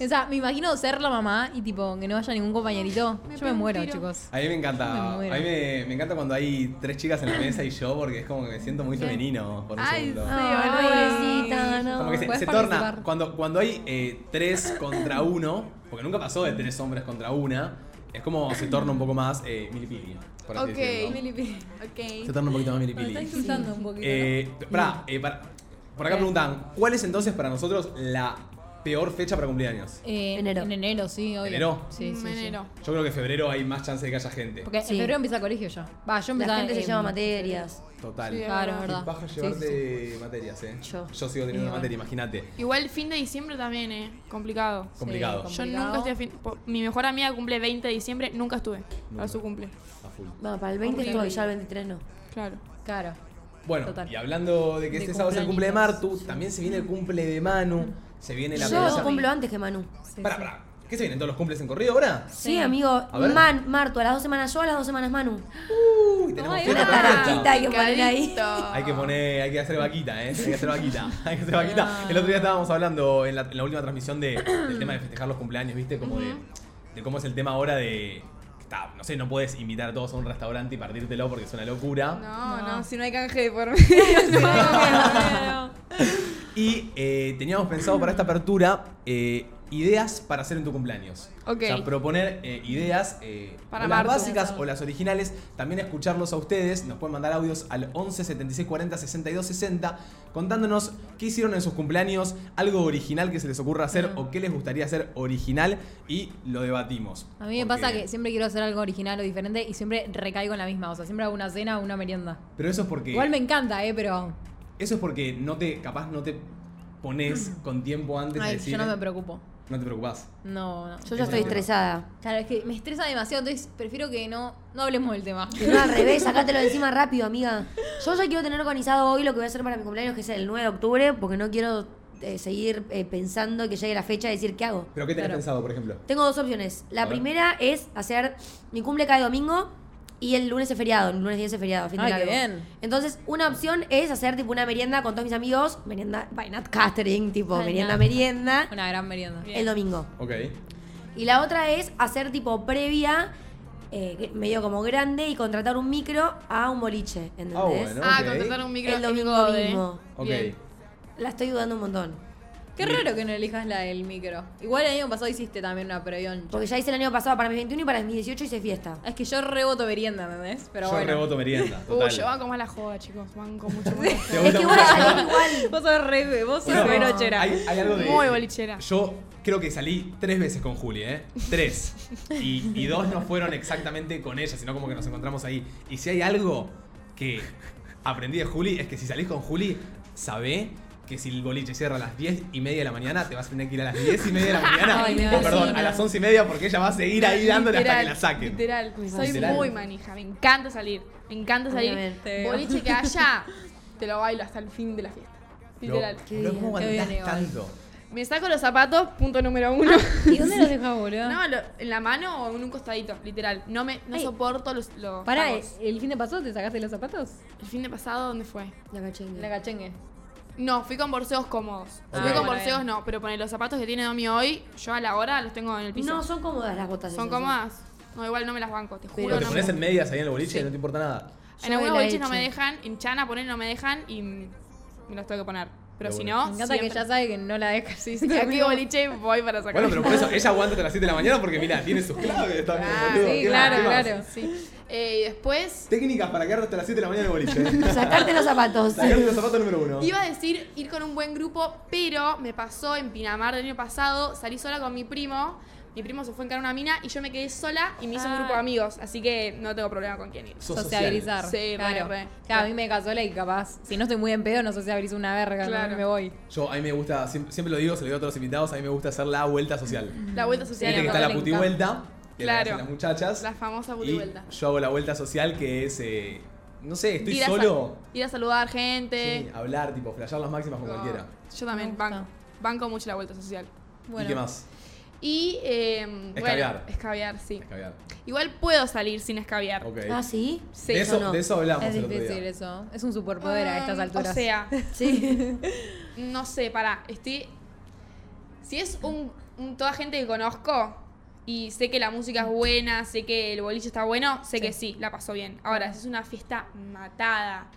O sea, me imagino ser la mamá y tipo que no haya ningún compañerito. Me Yo me muero, pego un tiro. chicos. A mí me encanta, Me a mí muero. me, me encanta cuando hay tres chicas en la mesa y yo, porque es como que me siento muy femenino por un Ay, segundo. sí. Ay, pobrecita, no. Como que se, Podés se torna, participar. cuando, cuando hay eh, tres contra uno, porque nunca pasó de tres hombres contra una, es como se torna un poco más eh, milipili, por así Ok. decirlo. Se Ok. torna un poquito más Me está milipili. insultando un poquito. Eh, pará, eh, pará. por acá preguntan, ¿cuál es entonces para nosotros la peor fecha para cumpleaños? Eh, Enero. En enero, Mm, sí, obvio. ¿Enero? Sí, sí, sí. Enero. Yo creo que en febrero hay más chance de que haya gente. Porque Sí. en febrero empieza colegio yo. Va, yo La empezaba. gente se en- lleva materias. Total. Sí, Claro, es Qué verdad. Vas a Sí, sí, sí. llevarte materias, eh. Yo. sigo teniendo una Igual. materia, imagínate. Igual fin de diciembre también, eh. Complicado. Complicado. Sí, Yo nunca estoy a fin. po- Mi mejor amiga cumple 20 de diciembre, nunca estuve Nunca. para su cumple. A full. Bueno, para el 20 Horrible. estoy, ya el 23 no. Claro. Claro. Bueno, Total. y hablando de que De este sábado es el cumple de cumpleañitos. Martu, también se viene el cumple de Manu, se viene la Yo pelota. cumplo antes que Manu. Sí, Pará, sí. pará. ¿Qué se vienen todos los cumples en corrido ahora? Sí, amigo. ver. Man, Martu, a las dos semanas yo, a las dos semanas Manu. Uy, tenemos Ay, fiesta Una para tarotita fecha. hay que poner ahí. Picadito. Hay que poner, hay que hacer vaquita, ¿eh? Hay que hacer vaquita, hay que hacer vaquita. Ah. El otro día estábamos hablando en la, en la última transmisión de- del tema de festejar los cumpleaños, ¿viste? Como de, de cómo es el tema ahora de... está, no sé, no puedes invitar a todos a un restaurante y partírtelo porque es una locura. No, no, No. si no hay canje de por medio. no. Y eh, teníamos pensado para esta apertura eh, ideas para hacer en tu cumpleaños. Ok. O sea, proponer eh, ideas, eh, Para o las Martu. básicas o las originales. También escucharlos a ustedes. Nos pueden mandar audios al 11 76 40 62 60 contándonos qué hicieron en sus cumpleaños, algo original que se les ocurra hacer o qué les gustaría hacer original y lo debatimos. A mí me Porque- pasa que siempre quiero hacer algo original o diferente y siempre recaigo en la misma. O sea, siempre hago una cena o una merienda. Pero eso es porque... Igual me encanta, ¿eh? Pero. Eso es porque no te, capaz no te pones con tiempo antes de Ay, decir... yo no me preocupo. No te preocupás. No, no. Yo Ese es ya estoy el tema. estresada. Claro, es que me estresa demasiado, entonces prefiero que no, no hablemos del tema. Que No, al revés, sacátelo de encima rápido, amiga. Yo ya quiero tener organizado hoy lo que voy a hacer para mi cumpleaños, que es el 9 de octubre, porque no quiero eh, seguir eh, pensando que llegue la fecha y decir qué hago. ¿Pero qué tenés Claro. pensado, por ejemplo? Tengo dos opciones. A La ver. primera es hacer mi cumple cada domingo y el lunes es feriado, el lunes 10 es feriado, fin de Ay, largo. qué bien. Entonces, una opción es hacer tipo una merienda con todos mis amigos, merienda by Nat Catering, tipo By merienda, Nat. merienda, Una gran merienda. el domingo. Ok. Y la otra es hacer tipo previa, eh, medio como grande, y contratar un micro a un boliche, ¿entendés? Ah, bueno. Ah, Ok. contratar un micro El domingo Gode. mismo. Ok. Bien. La estoy dudando un montón. Qué raro que no elijas la del micro. Igual el año pasado hiciste también una previón. Porque ya hice el año pasado para mis 21 y para mis 18 hice fiesta. Es que yo reboto merienda, ¿entendés? Pero Yo bueno. reboto merienda. Uy, Total. Uh, yo banco más la joda, chicos. Banco mucho más. la ¿Te joda. gusta Es que mucho voy a la salir joda? igual. Vos sos re, vos sos No. re nochera. Hay, hay algo de. Muy bolichera. Yo creo que salí tres veces con Juli, ¿eh? Tres. Y, y dos no fueron exactamente con ella, sino como que nos encontramos ahí. Y si hay algo que aprendí de Juli, es que si salís con Juli, sabé que si el boliche cierra a las 10 y media de la mañana, te vas a tener que ir a las 10 y media de la mañana. Ay, me o da perdón, pena. a las 11 y media porque ella va a seguir ahí dándole hasta que la saquen. Literal. Soy Literal. muy manija. Me encanta salir. Me encanta salir. Obviamente. Boliche que haya, te lo bailo hasta el fin de la fiesta. Literal. Pero, pero ¿cómo Qué bien, aguantás igual. tanto? Me saco los zapatos, punto número uno. ¿Y dónde los dejas, boludo? No, lo- en la mano o en un costadito, literal. No me no Ay. soporto los, los Pará, eh. tacos. ¿el fin de pasado te sacaste los zapatos? El fin de pasado, ¿dónde fue? La cachengue. La cachengue. No, fui con borseos cómodos. Ah, fui con bueno, borseos bien. no, pero poner los zapatos que tiene Domi hoy, yo a la hora los tengo en el piso. No, son cómodas las botas. ¿Son esas, ¿eh? cómodas? No, igual no me las banco, te Pero- juro. Pero te no pones me- en medias ahí en el boliche y no te importa nada. En Yo algunos la he boliches no hecho. me dejan, en Chana poner no me dejan y mm, me los tengo que poner. Pero De si una. no, Me encanta que ya siempre- sabe que no la dejas. Sí, sí, ¿A qué boliche voy para sacar? Bueno, pero por eso ella aguanta hasta las 7 de la mañana porque, mira, tiene sus claves también, Ah, boludo. sí, ¿Qué más? claro, ¿Qué más? claro. Sí. Eh, y después Técnicas para quedar hasta las 7 de la mañana en el boliche. Sacarte los zapatos. Sacarte los zapatos número uno. iba a decir ir con un buen grupo, pero me pasó en Pinamar del año pasado, salí sola con mi primo. Mi primo se fue a encarar una mina y yo me quedé sola y me hice un grupo Ah. de amigos, así que no tengo problema con quién ir. Sos Sociabilizar. social. Sí, re, claro. re. Claro, a mí me casola y capaz, si no estoy muy en pedo, no sociabilizo una verga, no, Claro. me voy. Yo, a mí me gusta, siempre, siempre lo digo, se lo digo a todos los invitados, a mí me gusta hacer la vuelta social. La vuelta social. Viste que está a la mí me puti encanta. vuelta. que la Claro. hacen Las muchachas. La famosa y vuelta. Yo hago la vuelta social que es, eh, no sé, estoy ir a solo. sal- ir a saludar gente. Sí, hablar, tipo, flashear las máximas con No, cualquiera. Yo también Me gusta. banco, banco mucho la vuelta social. ¿Y qué más? Y eh, bueno, Escabiar. escabiar, sí. Escabiar. Igual puedo salir sin escabiar. Ok. Ah, sí. Sí, de, yo eso, no. de eso hablamos Es el otro difícil día. eso. Es un superpoder a estas Mm, alturas. O sea, Sí. no sé, pará, estoy. Si es un un- toda gente que conozco y sé que la música es buena, sé que el boliche está bueno, sé que sí, la pasó bien. Ahora, si es una fiesta matada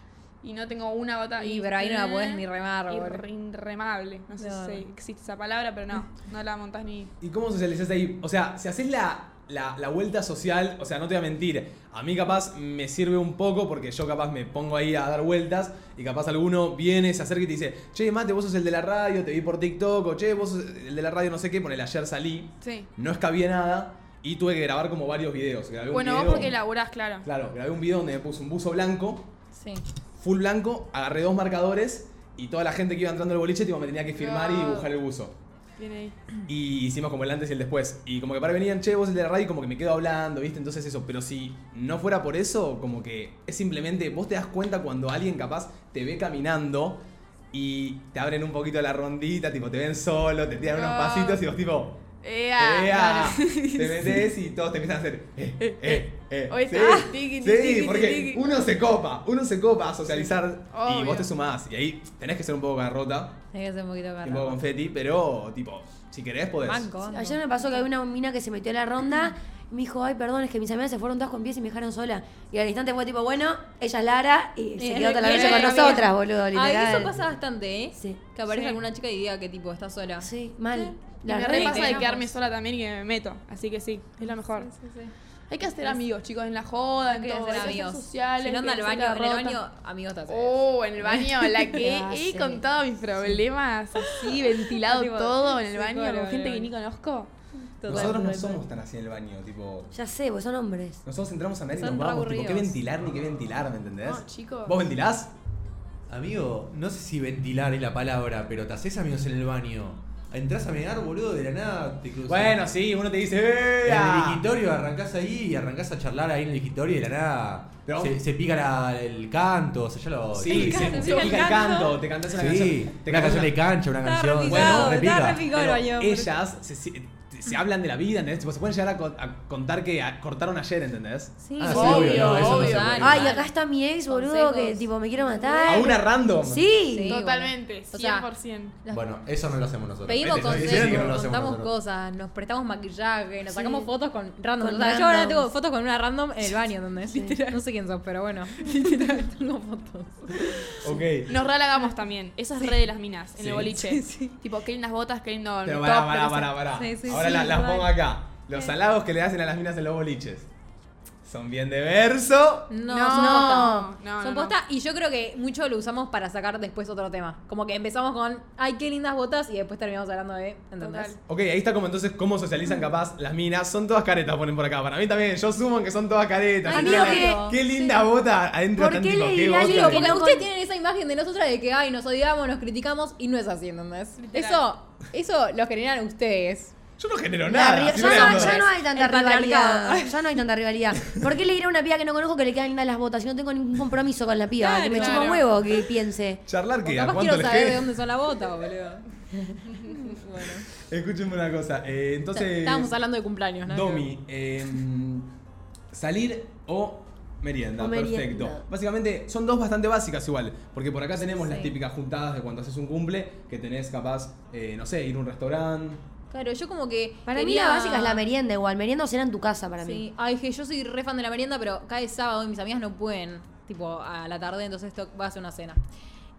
y no tengo una gota... Y, pero ahí no la ¿eh? podés ni remar, boludo. Irre- Irremable. No sé No, si no. existe esa palabra, pero no, Mm. no la montás ni... ¿Y cómo socializás ahí? O sea, si haces la, la, la vuelta social, o sea, no te voy a mentir, a mí capaz me sirve un poco porque yo capaz me pongo ahí a dar vueltas y capaz alguno viene, se acerca y te dice, che, mate, vos sos el de la radio, te vi por TikTok, o che, vos sos el de la radio, no sé qué, ponele, ayer salí, Sí. no escabé nada y tuve que grabar como varios videos. Grabé un Bueno, vos video- porque laburás, claro. Claro, grabé un video donde me puse un buzo blanco, Sí. full blanco, agarré dos marcadores y toda la gente que iba entrando al boliche tipo, me tenía que firmar y No. dibujar el buzo. Viene ahí. Y hicimos como el antes y el después. Y como que para venían, che, vos el de la radio, y como que me quedo hablando, ¿viste? Entonces eso. Pero si no fuera por eso, como que es simplemente, vos te das cuenta cuando alguien capaz te ve caminando y te abren un poquito la rondita, tipo, te ven solo, te tiran unos No. pasitos y vos tipo, ¡Ea! ¡Ea! Claro. Te metes y todos te empiezan a hacer, eh, eh, eh. eh. Hoy sí, está, ah, tiqui, sí, tiqui, porque tiqui. uno se copa, uno se copa a socializar y Obvio. vos te sumás. Y ahí tenés que ser un poco garrota, Hay que hacer un poquito un poco caro. confeti, pero tipo, si querés podés. Banco. Ayer me pasó que había una mina que se metió en la ronda y me dijo, ay, perdón, es que mis amigas se fueron todas con pies y me dejaron sola. Y al instante fue tipo, bueno, ella es Lara y se Eh, quedó toda la eh, noche con eh, nosotras, boludo, Ay, literal. eso pasa bastante, ¿eh? Sí. Que aparezca Sí. alguna chica y diga que tipo está sola. Sí, mal. Y La me re- repasa de pegamos. quedarme sola también y que me meto. Así que sí, es lo mejor. Hay que hacer amigos, chicos, en la joda, en Hay que todo, hacer en las redes amigos. sociales. si no anda que al hacer baño, la en el rota. baño, amigos te haces. Oh, en el baño, la que Ah, he sí. contado mis problemas así, ventilado Tipo, todo en el sí, baño claro, con gente claro. que ni conozco. Nosotros no somos tan así en el baño, tipo. Ya sé, vos son hombres. Nosotros entramos a medir y Son nos vamos, re tipo, qué aburridos. ventilar ni qué ventilar, ¿me entendés? No, chicos. ¿Vos ventilás? Amigo, no sé si ventilar es la palabra, pero te haces amigos en el baño. Entrás a mear, boludo, de la nada, te cruzas. Bueno, sí, uno te dice, En ¡eh! el ah". digitorio arrancás ahí y arrancás a charlar ahí en el digitorio y de la nada. Pero- Se, se pica la- el canto, o sea, ya lo. Sí, ya- se, canto, se sí, el pica el canto. canto, te cantás una sí. canción. Te Una cantás canción de cancha, una Está canción. repicado, bueno, está repica. repicado. Pero Picoro, yo, porque- ellas se, se- se hablan de la vida, ¿entendés? Tipo, se pueden llegar a, co- a contar que a- cortaron ayer, ¿entendés? Sí, Ah, sí. sí, obvio, no, eso no se obvio. puede. Ay, acá está mi ex, boludo, Consejos. que tipo me quiero A matar. una random. Sí. Sí. bueno. Totalmente, O sea, 100%. Bueno, eso no lo hacemos nosotros. Pedimos Eso- eso consejos, sí que no lo hacemos contamos nosotros. cosas, nos prestamos maquillaje, nos Sí. sacamos fotos con random. Con o sea, yo ahora randoms. tengo fotos con una random en el baño, ¿entendés? No sé quién sos, pero bueno. Literal, tengo fotos. Ok. Nos relagamos también. Esa es re de las minas, en Sí. el boliche. Tipo, qué lindas botas, qué lindo. Pero top, pará, pará, pero pará, sí. pará. Sí, sí, Ahora sí, la- las igual. pongo acá. Los halagos que le hacen a las minas en los boliches. Son bien de verso. No, No, son posta. no, no, son no. posta y yo creo que mucho lo usamos para sacar después otro tema. Como que empezamos con, ay, qué lindas botas y después terminamos hablando de, ¿entendés? Total. Ok, ahí está como entonces cómo socializan capaz las minas. Son todas caretas, ponen por acá. Para mí también, yo sumo en que son todas caretas. Ay, Mira, amigo, qué linda bota adentro ¿Por tan qué tipo, le qué diría bota. Digo, porque no ustedes con- tienen esa imagen de nosotras de que, ay, nos odiamos, nos criticamos y no es así, ¿entendés? Literal. Eso, eso lo generan ustedes. Yo no genero La ri- nada. si ya, no no, le- ya no hay tanta El patriarcado. rivalidad. Ya no hay tanta rivalidad. ¿Por qué le diré a una piba que no conozco que le quedan lindas las botas? Yo no tengo ningún compromiso con la piba. que me Claro. chupa un huevo que piense. Charlar O que a capaz cuánto quiero les saber de quede. dónde son las botas, boludo. bueno. Escúchenme una cosa. eh, entonces. Estábamos hablando de cumpleaños, ¿no? Domi, eh, salir o merienda, O merienda. perfecto. Básicamente son dos bastante básicas igual, porque por acá tenemos las Sí. típicas juntadas de cuando haces un cumple, que tenés capaz, eh, no sé, ir a un restaurante. Claro, yo como que. Para quería- mí la básica es la merienda igual. Merienda o cena en tu casa para mí. Sí. Ay, que yo soy re fan de la merienda, pero cae sábado y mis amigas no pueden, tipo, a la tarde, entonces esto va a ser una cena.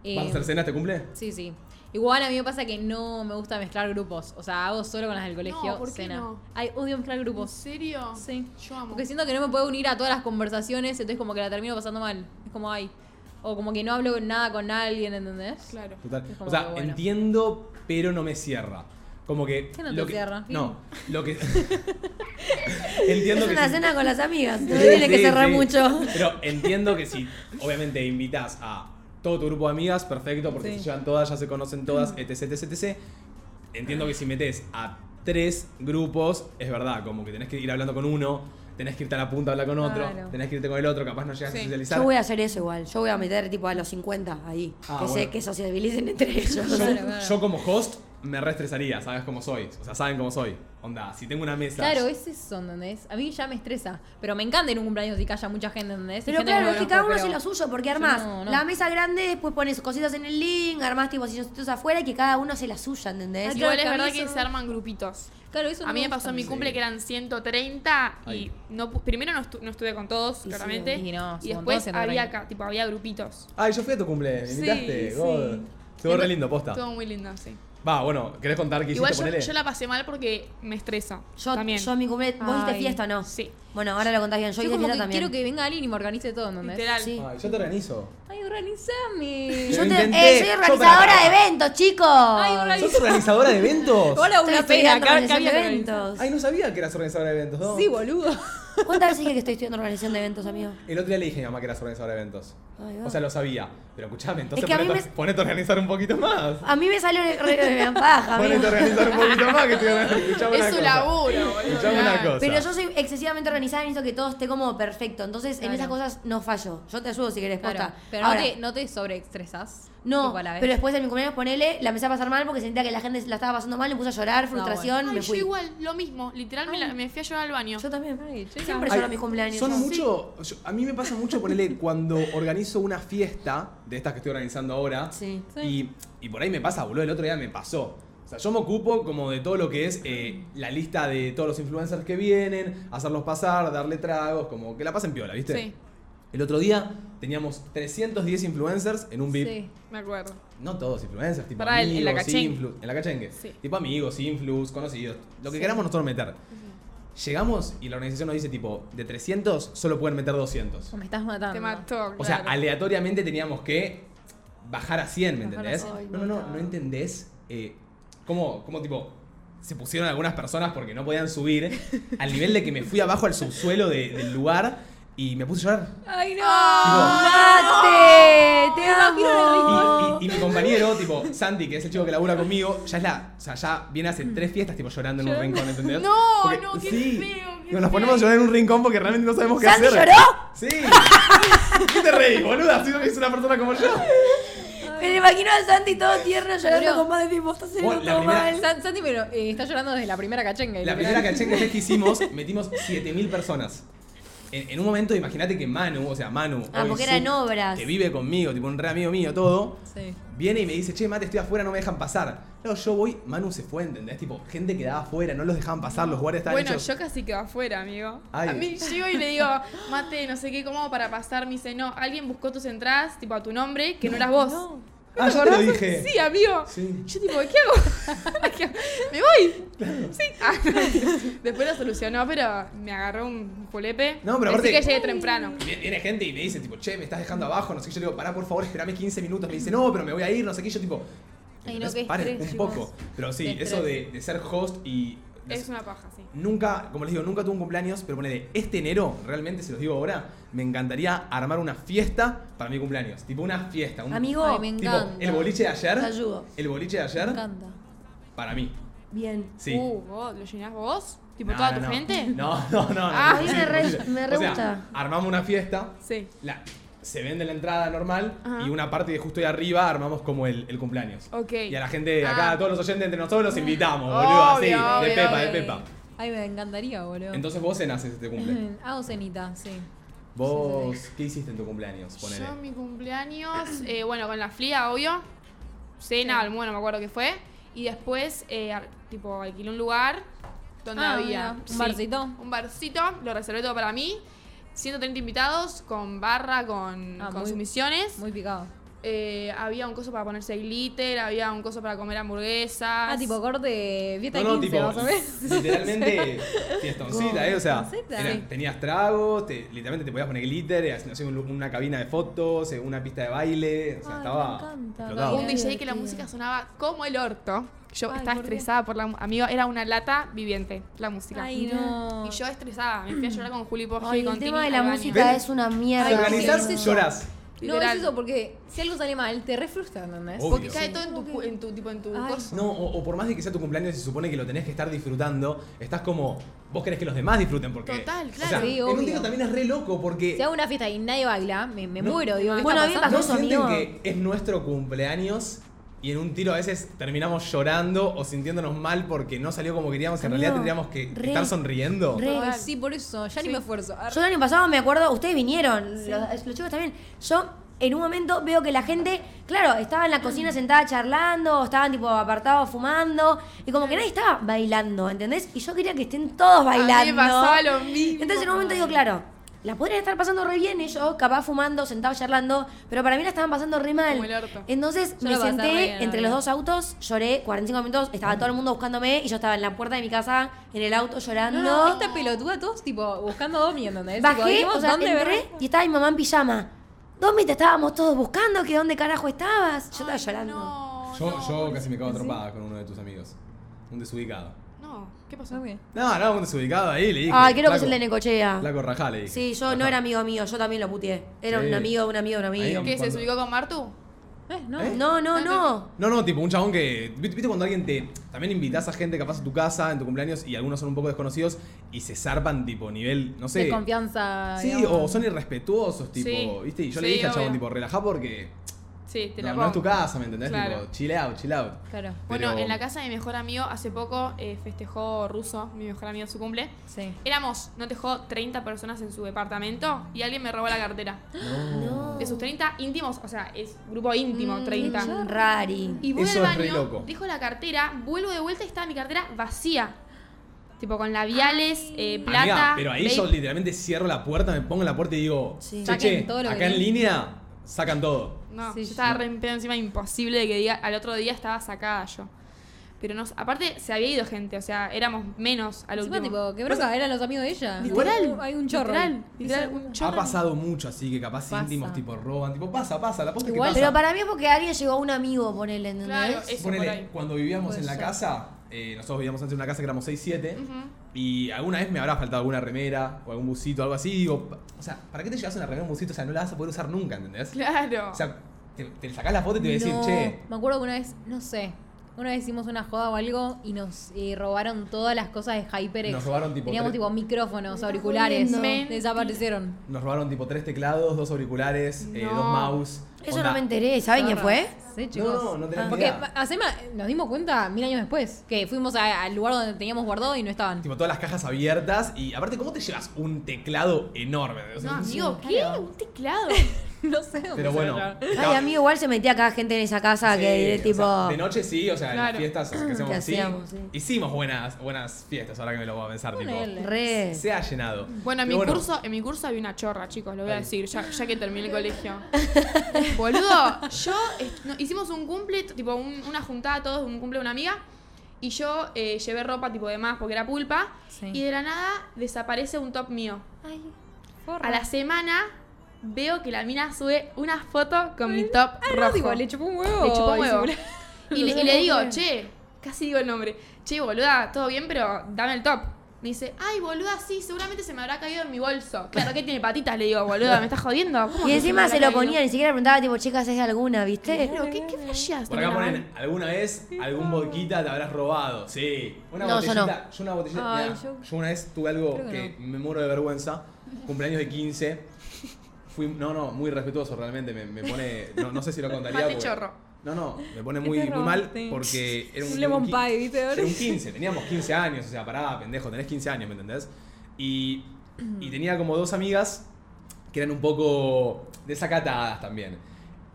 Eh, ¿Vas a hacer cena este cumple? Sí, sí. Igual a mí me pasa que no me gusta mezclar grupos. O sea, hago solo con las del colegio ¿por qué cena. no? Ay, odio mezclar ¿En grupos. serio? Sí. Yo amo. Porque siento que no me puedo unir a todas las conversaciones, entonces como que la termino pasando mal. Es como, ay. O como que no hablo nada con alguien, ¿entendés? Claro. Total. Es como O sea, que bueno. entiendo, pero no me cierra. Como que. ¿Qué no te lo que- cierra? No, lo que. entiendo es que. una si- cena con las amigas. No Sí, tiene que sí, cerrar sí. mucho. Pero entiendo que si, obviamente, invitas a todo tu grupo de amigas, perfecto, porque Sí. se llevan todas, ya se conocen todas, etc, etc, etc. Entiendo que si metes a tres grupos, es verdad, como que tenés que ir hablando con uno, tenés que irte a la punta a hablar con otro, Claro. tenés que irte con el otro, capaz no llegas a Sí. socializar. Yo voy a hacer eso igual. Yo voy a meter tipo a los 50 ahí. Ah, que bueno. sé que sociabilicen entre ellos. Claro, claro. Yo como host me reestresaría, ¿sabes cómo soy? O sea, saben cómo soy. Onda, si tengo una mesa. Claro, es eso, ¿entendés? A mí ya me estresa. Pero me encanta ir a un cumpleaños y que haya mucha gente, ¿entendés? Y Pero gente claro, es no que cada uno conozco, hace lo pero- suyo, porque armás no, no. la mesa grande, después pones cositas en el link, armás tipo silloncitos afuera y que cada uno hace la suya, ¿entendés? Igual- Ah, Igual es que a mí verdad que eso- se arman grupitos. Claro, eso A mí me pasó en mi gusta. cumple que eran 130 Ay. y no, pu- primero no, estu- no estuve con todos, sí, claramente. y no, es un después montón, había 130. acá, tipo, había grupitos. Ay, yo fui a tu cumple, me Sí, invitaste. sí. God. Estuvo re lindo, posta. Estuvo muy lindo, sí. Va, bueno, ¿querés contar qué hiciste? Igual yo, Ponele. yo la pasé mal porque me estresa. Yo, también. yo en mi cumple, ¿vos hiciste Ay. fiesta o no? Sí. Bueno, ahora lo contás bien, yo, Yo hice como fiesta que también. quiero que venga alguien y me organice todo, ¿entendés? Literal. Sí. Ay, yo te organizo. Ay, organizame. Yo Yo lo te- intenté, eh, soy yo organizadora para- de eventos, chicos. Ay, organiza- ¿Sos organizadora de eventos? Hola, Estoy una pena, estudiando acá organización de eventos. eventos. Ay, no sabía que eras organizadora de eventos, ¿no? Sí, boludo. ¿Cuántas veces dije que estoy estudiando organización de eventos, amigo? El otro día le dije a mi mamá que eras organizadora de eventos. Ahí va. O sea, lo sabía. Pero escuchame, entonces Es que a mí ponete, me- ponete a organizar un poquito más. A mí me salió re- re- re- paja, amigo. Ponete a organizar un poquito más que te escuchame una es su cosa. laburo, boludo. Escuchame una Claro. cosa. Pero yo soy excesivamente organizada y necesito que todo esté como perfecto. Entonces, en Claro. esas cosas no fallo. Yo te ayudo si querés, posta. Claro, pero Ahora, no te, no te sobreestresás. no, tipo, a la vez. pero después en mi cumpleaños ponele, la empecé a pasar mal porque sentía que la gente la estaba pasando mal, me puse a llorar, frustración, Ay, yo me fui. igual, lo mismo. Literal, me, la- me fui a llevar al baño. Yo también. Ay, chica. Siempre Ay, lloro en mis cumpleaños. Son Sí. mucho. yo- a mí me pasa mucho ponerle cuando organizo una fiesta de estas que estoy organizando ahora. Sí. Y, y por ahí me pasa, boludo. El otro día me pasó. O sea, yo me ocupo como de todo lo que es eh, la lista de todos los influencers que vienen, hacerlos pasar, darle tragos, como que la pasen piola, ¿viste? Sí. El otro día teníamos 310 influencers en un VIP. Sí. Me acuerdo. No todos influencers, tipo Pará, en- en amigos, la cachengue. influ- en la cachengue. Sí. Tipo amigos, influx, conocidos, lo que queramos nosotros meter. Llegamos y la organización nos dice tipo, de 300 solo pueden meter 200. Me estás matando. Te mató. O sea, claro. aleatoriamente teníamos que bajar a 100, ¿me Bajar a entendés? 100. No, no, no, no entendés eh, cómo, cómo tipo se pusieron algunas personas porque no podían subir al nivel de que me fui abajo al subsuelo de- del lugar y me puse a llorar. Ay, no. Tipo, ¡Mate! Eh, ¡Te amo! Oh. Y, y- y mi compañero, tipo, Santi, que es el chico que labura conmigo, ya es la. O sea, ya viene hace tres fiestas, tipo, llorando en un rincón, ¿entendés? No, no, qué feo, qué Digo, nos feo. ponemos a llorar en un rincón porque realmente no sabemos qué ¿Santi hacer. lloró? Sí. ¿Qué te reí, boluda? Si no es una persona como yo. Me lo imagino a Santi todo tierno llorando Pero- con más de tiempo. Estás haciendo Bueno, la todo primera- mal. San- Santi me lo- eh, está llorando desde la primera cachenga. La literal. primera cachenga que hicimos, metimos 7000 personas. En, en un momento, imagínate que Manu, o sea, Manu. Ah, hoy porque era sub, en obras. Que vive conmigo, tipo, un re amigo mío, todo. Sí. Viene y me dice, che, mate, estoy afuera, no me dejan pasar. Claro, yo voy, Manu se fue, ¿entendés? Tipo, gente quedaba afuera, no los dejaban pasar, los guardias estaban Bueno, hechos. yo casi quedo afuera, amigo. Ay. A mí llego y le digo, mate, no sé qué, cómo hago para pasar. Me dice, no, alguien buscó tus entradas, tipo a tu nombre, que no, eras vos. ah, yo te lo dije. Sí, amigo. Sí. Yo tipo, ¿qué hago? ¿Qué hago? ¿Me voy? Sí. Ah, no. Después lo solucionó, pero me agarró un polepe. No, pero Así aparte- que llegué temprano. Viene, viene gente y me dice, tipo, che, me estás dejando abajo, no sé qué. Yo le digo, pará, por favor, esperame 15 minutos. Me dice, no, pero me voy a ir, no sé qué. Yo, tipo, Ay, ¿entendés? no, qué Paren estrés, un chicos. poco. Pero sí, Qué eso de, de ser host y. Es una paja, sí. Nunca, como les digo, nunca tuve un cumpleaños, pero ponele, este enero, realmente se los digo ahora, me encantaría armar una fiesta para mi cumpleaños. Tipo una fiesta, un Amigo, Ay, me tipo, encanta. el boliche de ayer. Te ayudo. El boliche de ayer, Me encanta. para mí. bien. Sí. Uh, vos, ¿lo llenás vos? ¿Tipo No, toda no, tu no. gente? No, no, no. no, Ah, no, a mí sí, me re- imposible. me re O sea, gusta. Armamos una fiesta, Sí. la- se vende la entrada normal Ajá. y una parte de justo ahí arriba armamos como el, el cumpleaños. Ok. Y a la gente de acá, Ah. a todos los oyentes entre nosotros los invitamos, Obvio, boludo, así, de obvio, pepa, de obvio. pepa. Eh, Ay, me encantaría, boludo. Entonces vos cenas este cumple. Hago cenita, sí. ¿Vos qué hiciste en tu cumpleaños? Ponele. Yo mi cumpleaños, eh, bueno, con la flia, obvio. Cena, almuerzo, no me acuerdo qué fue. Y después, eh, ar- tipo, alquilé un lugar donde Ah, había... mira, un barcito. Un barcito, lo reservé todo para mí. 130 invitados, con barra, con, Ah, con muy- sumisiones. Muy picado. Eh, había un coso para ponerse glitter, había un coso para comer hamburguesas. Ah, tipo corte, fiesta No, no, de 15, tipo, más o menos. literalmente fiestoncita, ¿eh? O sea, Fiestoncita. era- Sí. tenías tragos, te- literalmente te podías poner glitter, eh, hacías un lu- una cabina de fotos, eh, una pista de baile, o sea, Ay, estaba me encanta. explotado. un Qué DJ que la divertido. música sonaba como el orto. Yo Ay, estaba ¿por qué? estresada por la mu- amigo, era una lata viviente la música. Ay, no. Y yo estresada, me fui a llorar con Juli Porgi Ay, y con el tema Tini de la al baño. música Ven. es una Te Ay, mierda. organizás, sí, sí, sí. llorás. No, Literal. es eso porque si algo sale mal, te re frustra, ¿entendés? Obvio. Porque cae todo en tu, cu- en tu tipo en tu Ay. coso. No, o, o por más de que sea tu cumpleaños y se supone que lo tenés que estar disfrutando, estás como, vos querés que los demás disfruten porque... Total, O claro. sea, Sí, en obvio. un tiempo también es re loco porque... Si hago una fiesta y nadie baila, me, me muero, digo. ¿qué Bueno, está a mí me pasando? ¿No pasó eso, sienten amigo. que es nuestro cumpleaños Y en un tiro a veces terminamos llorando o sintiéndonos mal porque no salió como queríamos. En realidad Amigo, tendríamos que re- estar sonriendo. re- Ay, sí, por eso, ya ni me esfuerzo. Ar- Yo el año pasado me acuerdo, ustedes vinieron, los, los chicos también. Yo en un momento veo que la gente, claro, estaba en la cocina Mm. sentada charlando, o estaban tipo apartados fumando, y como que nadie estaba bailando, ¿entendés? Y yo quería que estén todos bailando. A mí me pasaba lo mismo. Entonces en un momento digo, claro, la podrían estar pasando re bien ellos, capaz fumando, sentados charlando, pero para mí la estaban pasando re mal. Como el orto. Entonces Yo me la pasaba senté re bien, la entre verdad. los dos autos, lloré 45 minutos, Mm. estaba todo el mundo buscándome y yo estaba en la puerta de mi casa, en el auto llorando. No, no, esta pelotuda, todos tipo buscando a Domi, ¿entendés? Tipo, Bajé, dijimos, o sea, ¿dónde entré ver- y estaba mi mamá en pijama. Domi, te estábamos todos buscando, que dónde carajo estabas. Yo estaba llorando. No, Yo, no, yo casi me cago atropada con uno de tus amigos. Un desubicado. No, ¿qué pasó? ¿Eh? No, no, un desubicado ahí le dije. Ay, creo que es el flaco- de Necochea. Flaco rajá le dije. Sí, yo no Rajá. era amigo mío, yo también lo puteé. Era Sí. un amigo, un amigo, un amigo. Ahí- ¿Qué? ¿Se Cuando- subió con Martu? Eh, no. ¿Eh? No, no, no. No, no, tipo un chabón que. ¿Viste viste cuando alguien te. También invitas a gente capaz a tu casa en tu cumpleaños y algunos son un poco desconocidos y se zarpan, tipo, nivel, no sé. Desconfianza. Sí, digamos. o son irrespetuosos, tipo, Sí. ¿viste? Y yo le Sí, dije al chabón, obvio. tipo, relajá porque Sí, te la no, no pongo. es tu casa, ¿me entendés? Claro. Tipo, chill out, chill out. Claro, Bueno, Pero- en la casa de mi mejor amigo hace poco eh, festejó Ruso, mi mejor amigo, su cumple. sí. Éramos, no te jodo, 30 personas en su departamento y alguien me robó la cartera. De sus 30 íntimos, o sea, es grupo íntimo, 30. Mm, Rari. Y voy Eso al es re baño, loco. dejo la cartera, vuelvo de vuelta y estaba mi cartera vacía. Tipo con labiales, eh, Amiga, plata. pero ahí vape. yo literalmente cierro la puerta, me pongo en la puerta y digo, Sí. che, Saquen che, todo lo que acá en tienen. línea sacan todo. No, Sí, yo yo- estaba re en pedo encima, imposible de que diga, al otro día estaba sacada yo. Pero no, aparte se había ido gente, o sea, éramos menos al Encima, último. tipo, qué bronca, eran los amigos de ella. Literal, Hay un chorro. Literal, literal, un chorro. Ha pasado mucho así que capaz Pasa. íntimos tipo roban, tipo pasa, pasa, la posta es que Igual- pasa. Pero para mí es porque alguien llegó a un amigo, ponele, ¿entendés? Claro, eso Ponele, por ahí. cuando vivíamos Puede en la ser. casa, eh, nosotros vivíamos antes en una casa que éramos 6-7, Ujú. y alguna vez me habrá faltado alguna remera o algún busito o algo así, y digo, pa- o sea, ¿para qué te llevas una remera o un busito? O sea, no la vas a poder usar nunca, ¿entendés? Claro. O sea, te, te sacás la foto y te voy a decir, No, che, Me acuerdo que una vez, no sé, una vez hicimos una joda o algo y nos eh, robaron todas las cosas de HyperX. Nos robaron tipo Teníamos tres- tipo micrófonos, auriculares, jodiendo. desaparecieron. nos robaron tipo tres teclados, dos auriculares, eh, No. dos mouse. Eso onda. no me enteré. ¿Saben quién fue? Sí, No, chicos. Ah, no, no tenés ni Porque idea. pa- hacema, nos dimos cuenta mil años después que fuimos a- al lugar donde teníamos guardado y no estaban. Tipo, todas las cajas abiertas y aparte, ¿cómo te llevas un teclado enorme? O sea, no, amigo, ¿qué? Un teclado. no sé dónde Pero se bueno. encontraron. Ay, amigo, igual se metía cada gente en esa casa que Sí, o tipo. sea, de noche sí, o sea, en las Claro. fiestas que hacemos, Que sí, hacíamos, sí. Hicimos buenas, buenas fiestas, ahora que me lo voy a pensar, tipo. Ponele. re. Se ha llenado. Bueno, en Pero mi, Curso, en mi curso había una chorra, chicos, lo voy a Ahí. decir, ya, ya que terminé el colegio. Boludo, yo est- no, hicimos un cumple, t- tipo un- una juntada todos, un cumple de una amiga, y yo eh, llevé ropa tipo de más porque era pulpa, Sí. y de la nada desaparece un top mío. Forra. A la semana veo que la mina sube una foto con mi top Ah, no, rojo. tipo, le chupó un huevo. Le chupó un huevo. disimular. Y le, y le digo, che, casi digo el nombre, che, boluda, todo bien, pero dame el top. Me dice, ay, boluda, sí, seguramente se me habrá caído en mi bolso. Claro, que tiene patitas, le digo, boluda, ¿me estás jodiendo? ¿Cómo Y que encima se me habrá lo ponía, caído? ni siquiera preguntaba, tipo, chicas, ¿es de alguna, viste? Claro, ¿qué, qué flasheas? Por acá Tamara? ponen, alguna vez algún boquita te habrás robado. Sí. Una No, yo botellita. no. una botellita. Ay, mirá, yo... yo- una vez tuve algo Creo que, que me muero de vergüenza. Cumpleaños de 15. Fui, no, no, muy respetuoso realmente. Me, me pone. No, no sé si lo contaría. Mate porque- chorro. No, no, me pone ¿Qué muy, te muy mal robaste? porque era un. Un lemon era un qui- pie, ¿viste? Era un 15, teníamos 15 años, o sea, pará, pendejo, tenés 15 años, ¿me entendés? Y, y tenía como dos amigas que eran un poco desacatadas también.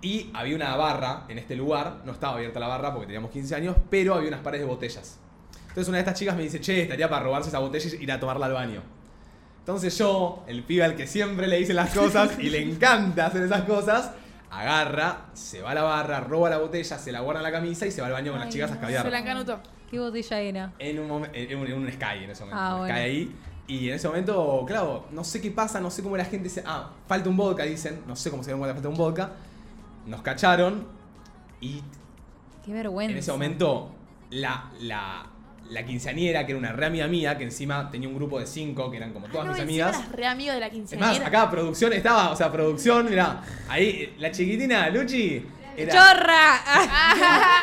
Y había una barra en este lugar, no estaba abierta la barra porque teníamos 15 años, pero había unas pares de botellas. Entonces una de estas chicas me dice, che, estaría para robarse esa botella y ir a tomarla al baño. Entonces yo, el pibe al que siempre le dicen las cosas y le encanta hacer esas cosas, agarra, se va a la barra, roba la botella, se la guarda en la camisa y se va al baño con las Ay, chicas a no. escabiar. Se la encanutó. ¿Qué botella era? En un, momen- en un, en un Sky en ese momento. Ah, un bueno. Sky ahí. Y en ese momento, claro, no sé qué pasa, no sé cómo la gente se. Ah, falta un vodka, dicen. No sé cómo se dieron cuenta que falta un vodka. Nos cacharon. Y Qué vergüenza. en ese momento, la, la, la quinceañera, que era una re amiga mía, que encima tenía un grupo de cinco, que eran como todas No, mis encima amigas. eras re amigo de la Es quinceañera. más, acá producción estaba, o sea, producción, mirá. Ahí, eh, la chiquitina, Luchi. Era, ¡Chorra! Ah,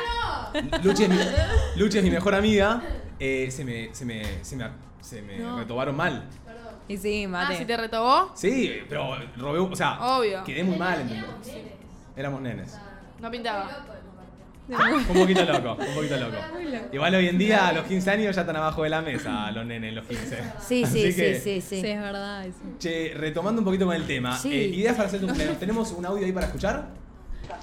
Luchi es mi, Luchi es mi mejor amiga. eh, se me, se me, se me, se me retobaron mal. Y sí, Ah, mate. si te retobó, Sí, pero robé, un- o sea, Obvio. quedé muy mal, ¿entendés? Éramos nenes. no pintaba. Un poquito loco, un poquito loco. Igual hoy en día, a los 15 años ya están abajo de la mesa los nenes, los 15. Sí, sí, Así sí, que, sí, Sí, sí. es verdad eso. Che, retomando un poquito con el tema, Sí. eh, ideas para hacer tu cumpleaños. ¿Tenemos un audio ahí para escuchar?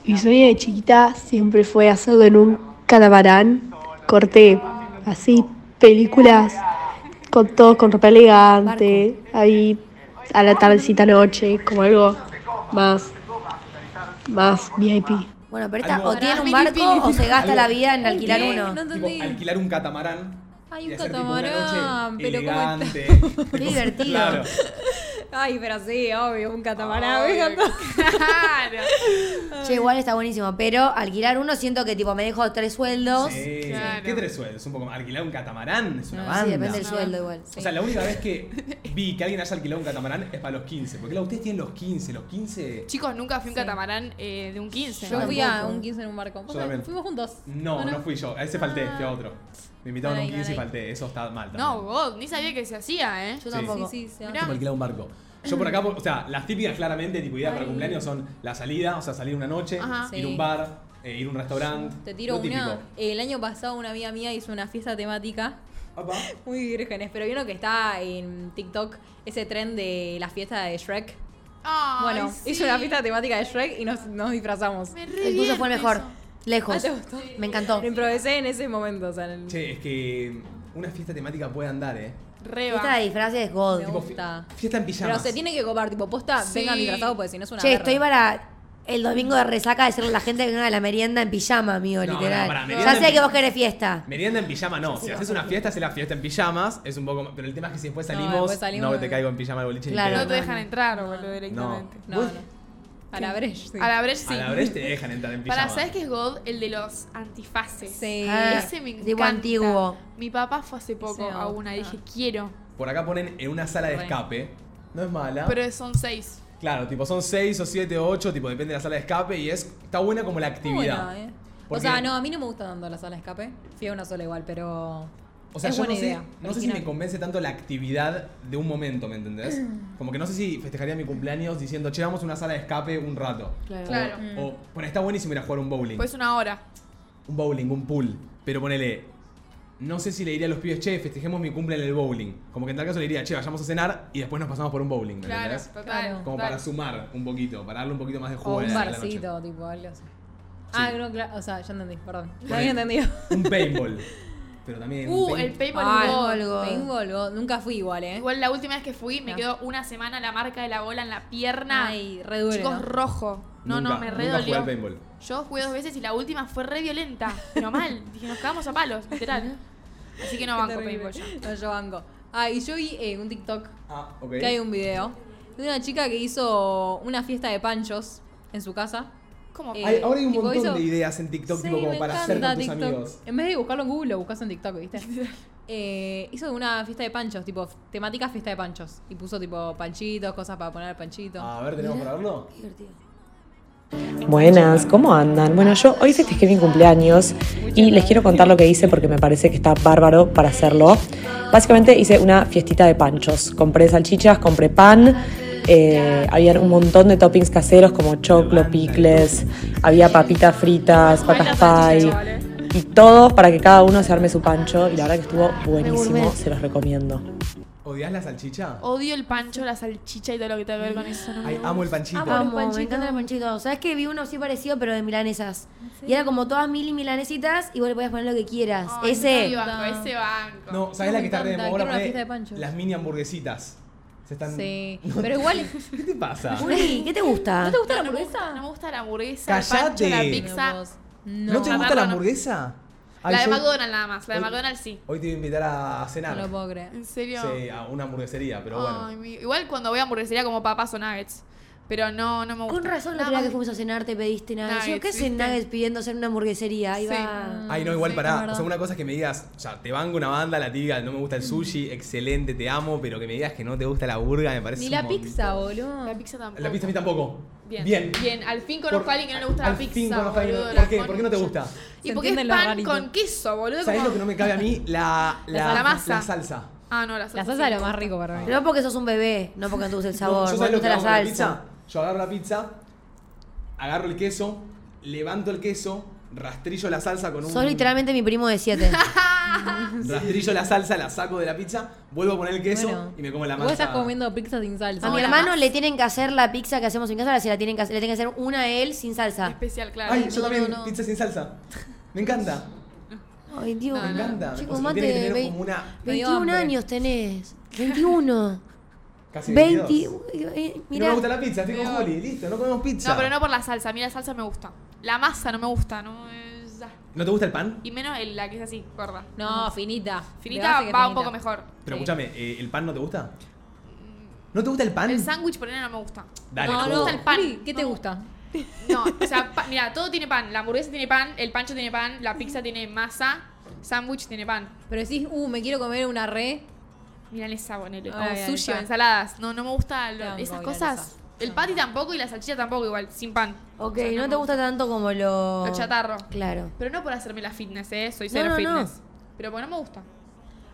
Mi sueño de chiquita siempre fue hacerlo en un calabarán. Corté así películas con todo con ropa elegante, ahí a la tardecita noche, como algo más, más VIP. Bueno, pero esta Algo- o tiene un Pará, barco o se gasta Algo- la vida en alquilar ¿Qué? uno. No Tipo, entendí. alquilar un catamarán. Ay, y un hacer tipo una catamarán, noche pero ¿cómo elegante. Qué divertido. Claro. Ay, pero sí, obvio, un catamarán. Ay, me encantó. Claro. Che, igual está buenísimo, pero alquilar uno siento que tipo me dejo tres sueldos. Sí. Claro. ¿Qué tres sueldos? Un poco más. Alquilar un catamarán es una No, banda. sí, depende del sueldo igual. O sea, la única vez que vi que alguien haya alquilado un catamarán es para los 15. Porque claro, ustedes tienen los 15, los 15. Chicos, nunca fui a un catamarán eh, de un 15. Yo ¿no? fui a un 15 en un barco. Yo también. Mm, Fuimos juntos. No, ¿O no fui yo. A ese falté, fui a otro. Me invitaron a un Ay, 15 y ay. falté. Eso está mal también. No, God, ni sabía que se hacía, ¿eh? Sí. Yo tampoco. Sí, sí, sí. Mirá. Para alquilar un barco. Yo por acá, por- o sea, las típicas claramente, tipo ideas para cumpleaños son la salida, o sea, salir una noche, Ajá. ir a un Sí. bar, eh, ir a un restaurante. Te tiro lo típico. una. El año pasado una amiga mía hizo una fiesta temática. Apa. Muy vírgenes, pero vieron que está en TikTok ese tren de la fiesta de Shrek. Ay, bueno, sí. hizo una fiesta temámática de Shrek y nos, nos disfrazamos. Me re El tuyo bien fue el mejor. eso. Ah, Lejos. ¿te gustó? Me encantó. Lo improvisé en ese momento, o sea, en el- Che, es que una fiesta temática puede andar, ¿eh. Re Esta va. de disfraces es God. Me Tipo, fi- gusta. fiesta en pijamas. Pero se tiene que copar, tipo, posta, Sí. vengan disfrazados porque si no es una Che, guerra. estoy para el domingo de resaca decirle a la gente que venga a la merienda en pijama, amigo, No, literal. no, pará, merienda ya sé en- que vos querés fiesta. Merienda en pijama no, si haces una fiesta, haces la fiesta en pijamas, es un poco más- Pero el tema es que si después No, salimos, no, después salimos- te caigo en pijama al boliche. ni Claro. pedo. No te dejan entrar, boludo, No. directamente. No, no. A la brecha. sí. A la Brecht sí. A la brecha te dejan entrar en pijama. Para, ¿sabes qué es God? El de los antifaces. Sí. Ah, Ese me encanta. tipo antiguo. Mi papá fue hace poco Ese Ah. me a una y gusta. dije, quiero. Por acá ponen en una sala de escape. No es mala. Pero son seis. Claro, tipo son 6 o 7 o 8, tipo depende de la sala de escape y es está buena como la Muy actividad. buena, eh. O Porque- sea, no, a mí no me gusta tanto la sala de escape. Fui a una sola igual, pero. O sea, es yo buena no sé, idea. no sé si original. me convence tanto la actividad de un momento, ¿me entendés? Como que no sé si festejaría mi cumpleaños diciendo, che, vamos a una sala de escape un rato. Claro. Claro. Mm. O, bueno, está buenísimo ir a jugar un bowling. Pues una hora. un bowling, un pool. Pero ponele, no sé si le diría a los pibes, che, festejemos mi cumple en el bowling. Como que en tal caso le diría, che, vayamos a cenar y después nos pasamos por un bowling, ¿me Claro, entendés? total. Claro. Como total. para sumar un poquito, para darle un poquito más de jugo O a un la- a la noche. barcito, tipo, algo así. Ah, no, claro. O sea, ya entendí, perdón. No Ponele. había entendido. Un paintball. Pero también. Uh, paint- el paintball Ah, God. el paintball, God. Nunca fui igual, ¿eh? Igual la última vez que fui me No. quedó una semana la marca de la bola en la pierna. Ay, re duele. Chicos, ¿no? rojo. No, no, Nunca- me re nunca jugué dolió. al paintball. Yo jugué dos veces y la última fue re violenta. Pero mal. Dije, nos cagamos a palos, literal. Así que no banco Terrible. paintball yo. No, yo banco. Ah, y yo vi eh, un TikTok Ah, ok. que hay un video de una chica que hizo una fiesta de panchos en su casa. ¿Cómo? Eh, Hay- ahora hay un tipo, montón hizo- de ideas en TikTok, Sí, tipo como me para hacer encanta con tus TikTok. amigos. En vez de buscarlo en Google, lo buscas en TikTok, ¿viste? Eh, hizo una fiesta de panchos, tipo temática fiesta de panchos. Y puso tipo panchitos, cosas para poner al panchito. A ver, ¿tenemos para verlo? Qué divertido. Buenas, ¿cómo andan? Bueno, yo hoy festejé mi cumpleaños y les quiero contar lo que hice porque me parece que está bárbaro para hacerlo. Básicamente hice una fiestita de panchos. Compré salchichas, compré pan, eh, había un montón de toppings caseros como choclo, picles, había papitas fritas, papas pie y todo para que cada uno se arme su pancho y la verdad que estuvo buenísimo, se los recomiendo. ¿Odias la salchicha? Odio el pancho, la salchicha y todo lo que tenga que ver con eso. no. Ay, amo el Ah, panchito. Amo. Amo, me encantan los panchitos. ¿Sabes que Vi uno así parecido, pero de milanesas. Y era como todas mil y milanesitas y vos le podías poner lo que quieras. Ay, sí, Ese. banco, ese banco. No, ¿sabes No, la me que está re de moda? encanta, quiero una Poné fiesta de panchos. Las mini hamburguesitas. Se están... Sí. Pero igual, ¿Qué te pasa? Juli, ¿qué te gusta? ¿no te gusta la No me gusta- hamburguesa? No me gusta la hamburguesa, el Cállate. pancho, la Pero pizza. ¿No, No, te gusta la verdad la no. hamburguesa? Ay, La de yo- McDonald's nada más, la de Hoy- McDonald's sí. Hoy te voy a invitar a cenar. no lo puedo creer. ¿En serio? Sí, a una hamburguesería, pero bueno. Ay, mi- Igual cuando voy a hamburguesería como papas o nuggets. Pero no, no me gusta. Con razón la Nada primera más- que fuimos a cenar te pediste nuggets. Yo, Nuggets, ¿qué hacen ¿viste? nuggets pidiéndose en una hamburguesería? Ahí Sí. va. Ay, no, igual Sí, pará. es O sea, verdad. una cosa es que me digas, o sea, te banco una banda, la tiga, no me gusta el sushi, excelente, te amo, pero que me digas que no te gusta la burga, me parece. Ni un la montón. pizza, boludo. La pizza tampoco. La pizza a mí tampoco. Bien. Bien. Al fin conozco Por- a alguien que no le gusta al la pizza. fin conozco a alguien- boludo, ¿Por la qué? ¿Por qué no te concha. gusta? Y Se porque es entiende lo pan rarito. con queso, boludo. ¿Sabés como- lo que no me cabe a mí? La, la, La masa. la salsa. Ah, no, la salsa. La salsa es sí. lo más rico para mí. Pero no porque sos un bebé, no porque no te gusta el sabor. yo no sabés te lo que gusta la hago con la salsa. pizza. Yo agarro la pizza, agarro el queso, levanto el queso, rastrillo la salsa con un. Sos literalmente mi primo de 7. Rastrillo la salsa, la saco de la pizza, vuelvo a poner el queso Bueno. y me como la Vos masa. estás comiendo pizza sin salsa. A mi Hola, hermano Max. le tienen que hacer la pizza que hacemos en casa, ahora se la tienen que hacer, le tienen que hacer una a él sin salsa. Especial, claro. Ay, yo también, no. pizza sin salsa. Me encanta. Ay, Dios, Me encanta. Chico, O sea, mate, tiene que tener vei- como una. Me dio 21 hambre. años tenés. 21. Casi 20. 22. eh, Y no me Mirá. gusta la pizza, estoy con Juli, listo, no comemos pizza. No, pero no por la salsa. A mí la salsa me gusta. La masa no me gusta. No es- ¿No te gusta el pan? Y menos el- la que es así, gorda. No, finita. Finita va De base que un finita. poco mejor. Pero escúchame, eh, ¿el pan no te gusta? Mm. ¿No te gusta el pan? El sándwich por ahí no me gusta. Dale, no, Juli. no. gusta el pan. Juli, ¿Qué te No. gusta? No, o sea, pa- mira, todo tiene pan. La hamburguesa tiene pan, el pancho tiene pan, la pizza tiene masa, sándwich tiene pan. Pero decís, uh, me quiero comer una re. Milanesa, ponele. Ah, O bien, sushi o pan. ensaladas. No, no me gustan lo- Banco, esas milanesa. cosas. El patty tampoco y la salchicha tampoco igual, sin pan. Ok, O sea, no me te gusta tanto como lo. Lo chatarro. Claro. Pero no por hacerme la fitness, eh. Soy No, cero no, no. fitness. Pero porque no me gusta.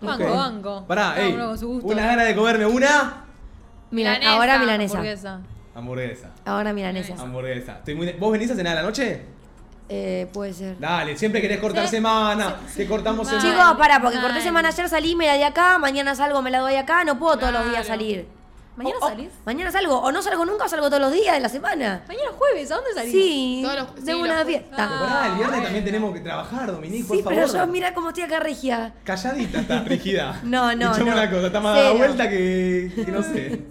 Banco, Ok. banco. Pará, Cada ey. uno con su gusto. Una gana de comerme una. Mila- Milanesa, ahora milanesa. Hamburguesa. Hamburguesa. Ahora milanesa. Hamburguesa. Estoy muy de- ¿Vos venís a cenar a la noche? Eh, puede ser. Dale, siempre querés cortar semana. Te cortamos Mal. semana. Chicos, para, porque Mal. corté semana ayer, salí, me la di acá, mañana salgo, me la doy acá, no puedo todos los días Claro. salir. ¿Mañana O- o- salís? Mañana salgo, o no salgo nunca, o salgo todos los días de la semana. Mañana jueves, ¿a dónde salís? Sí, Todos los- tengo sí, una los- fiesta. Pero pará, el viernes también tenemos que trabajar, Dominique, sí, por pero favor. yo, mira cómo estoy acá regia. Calladita está, rígida. No, no, Escuchame no. una cosa, está más dada Cero. vuelta que, que no sé.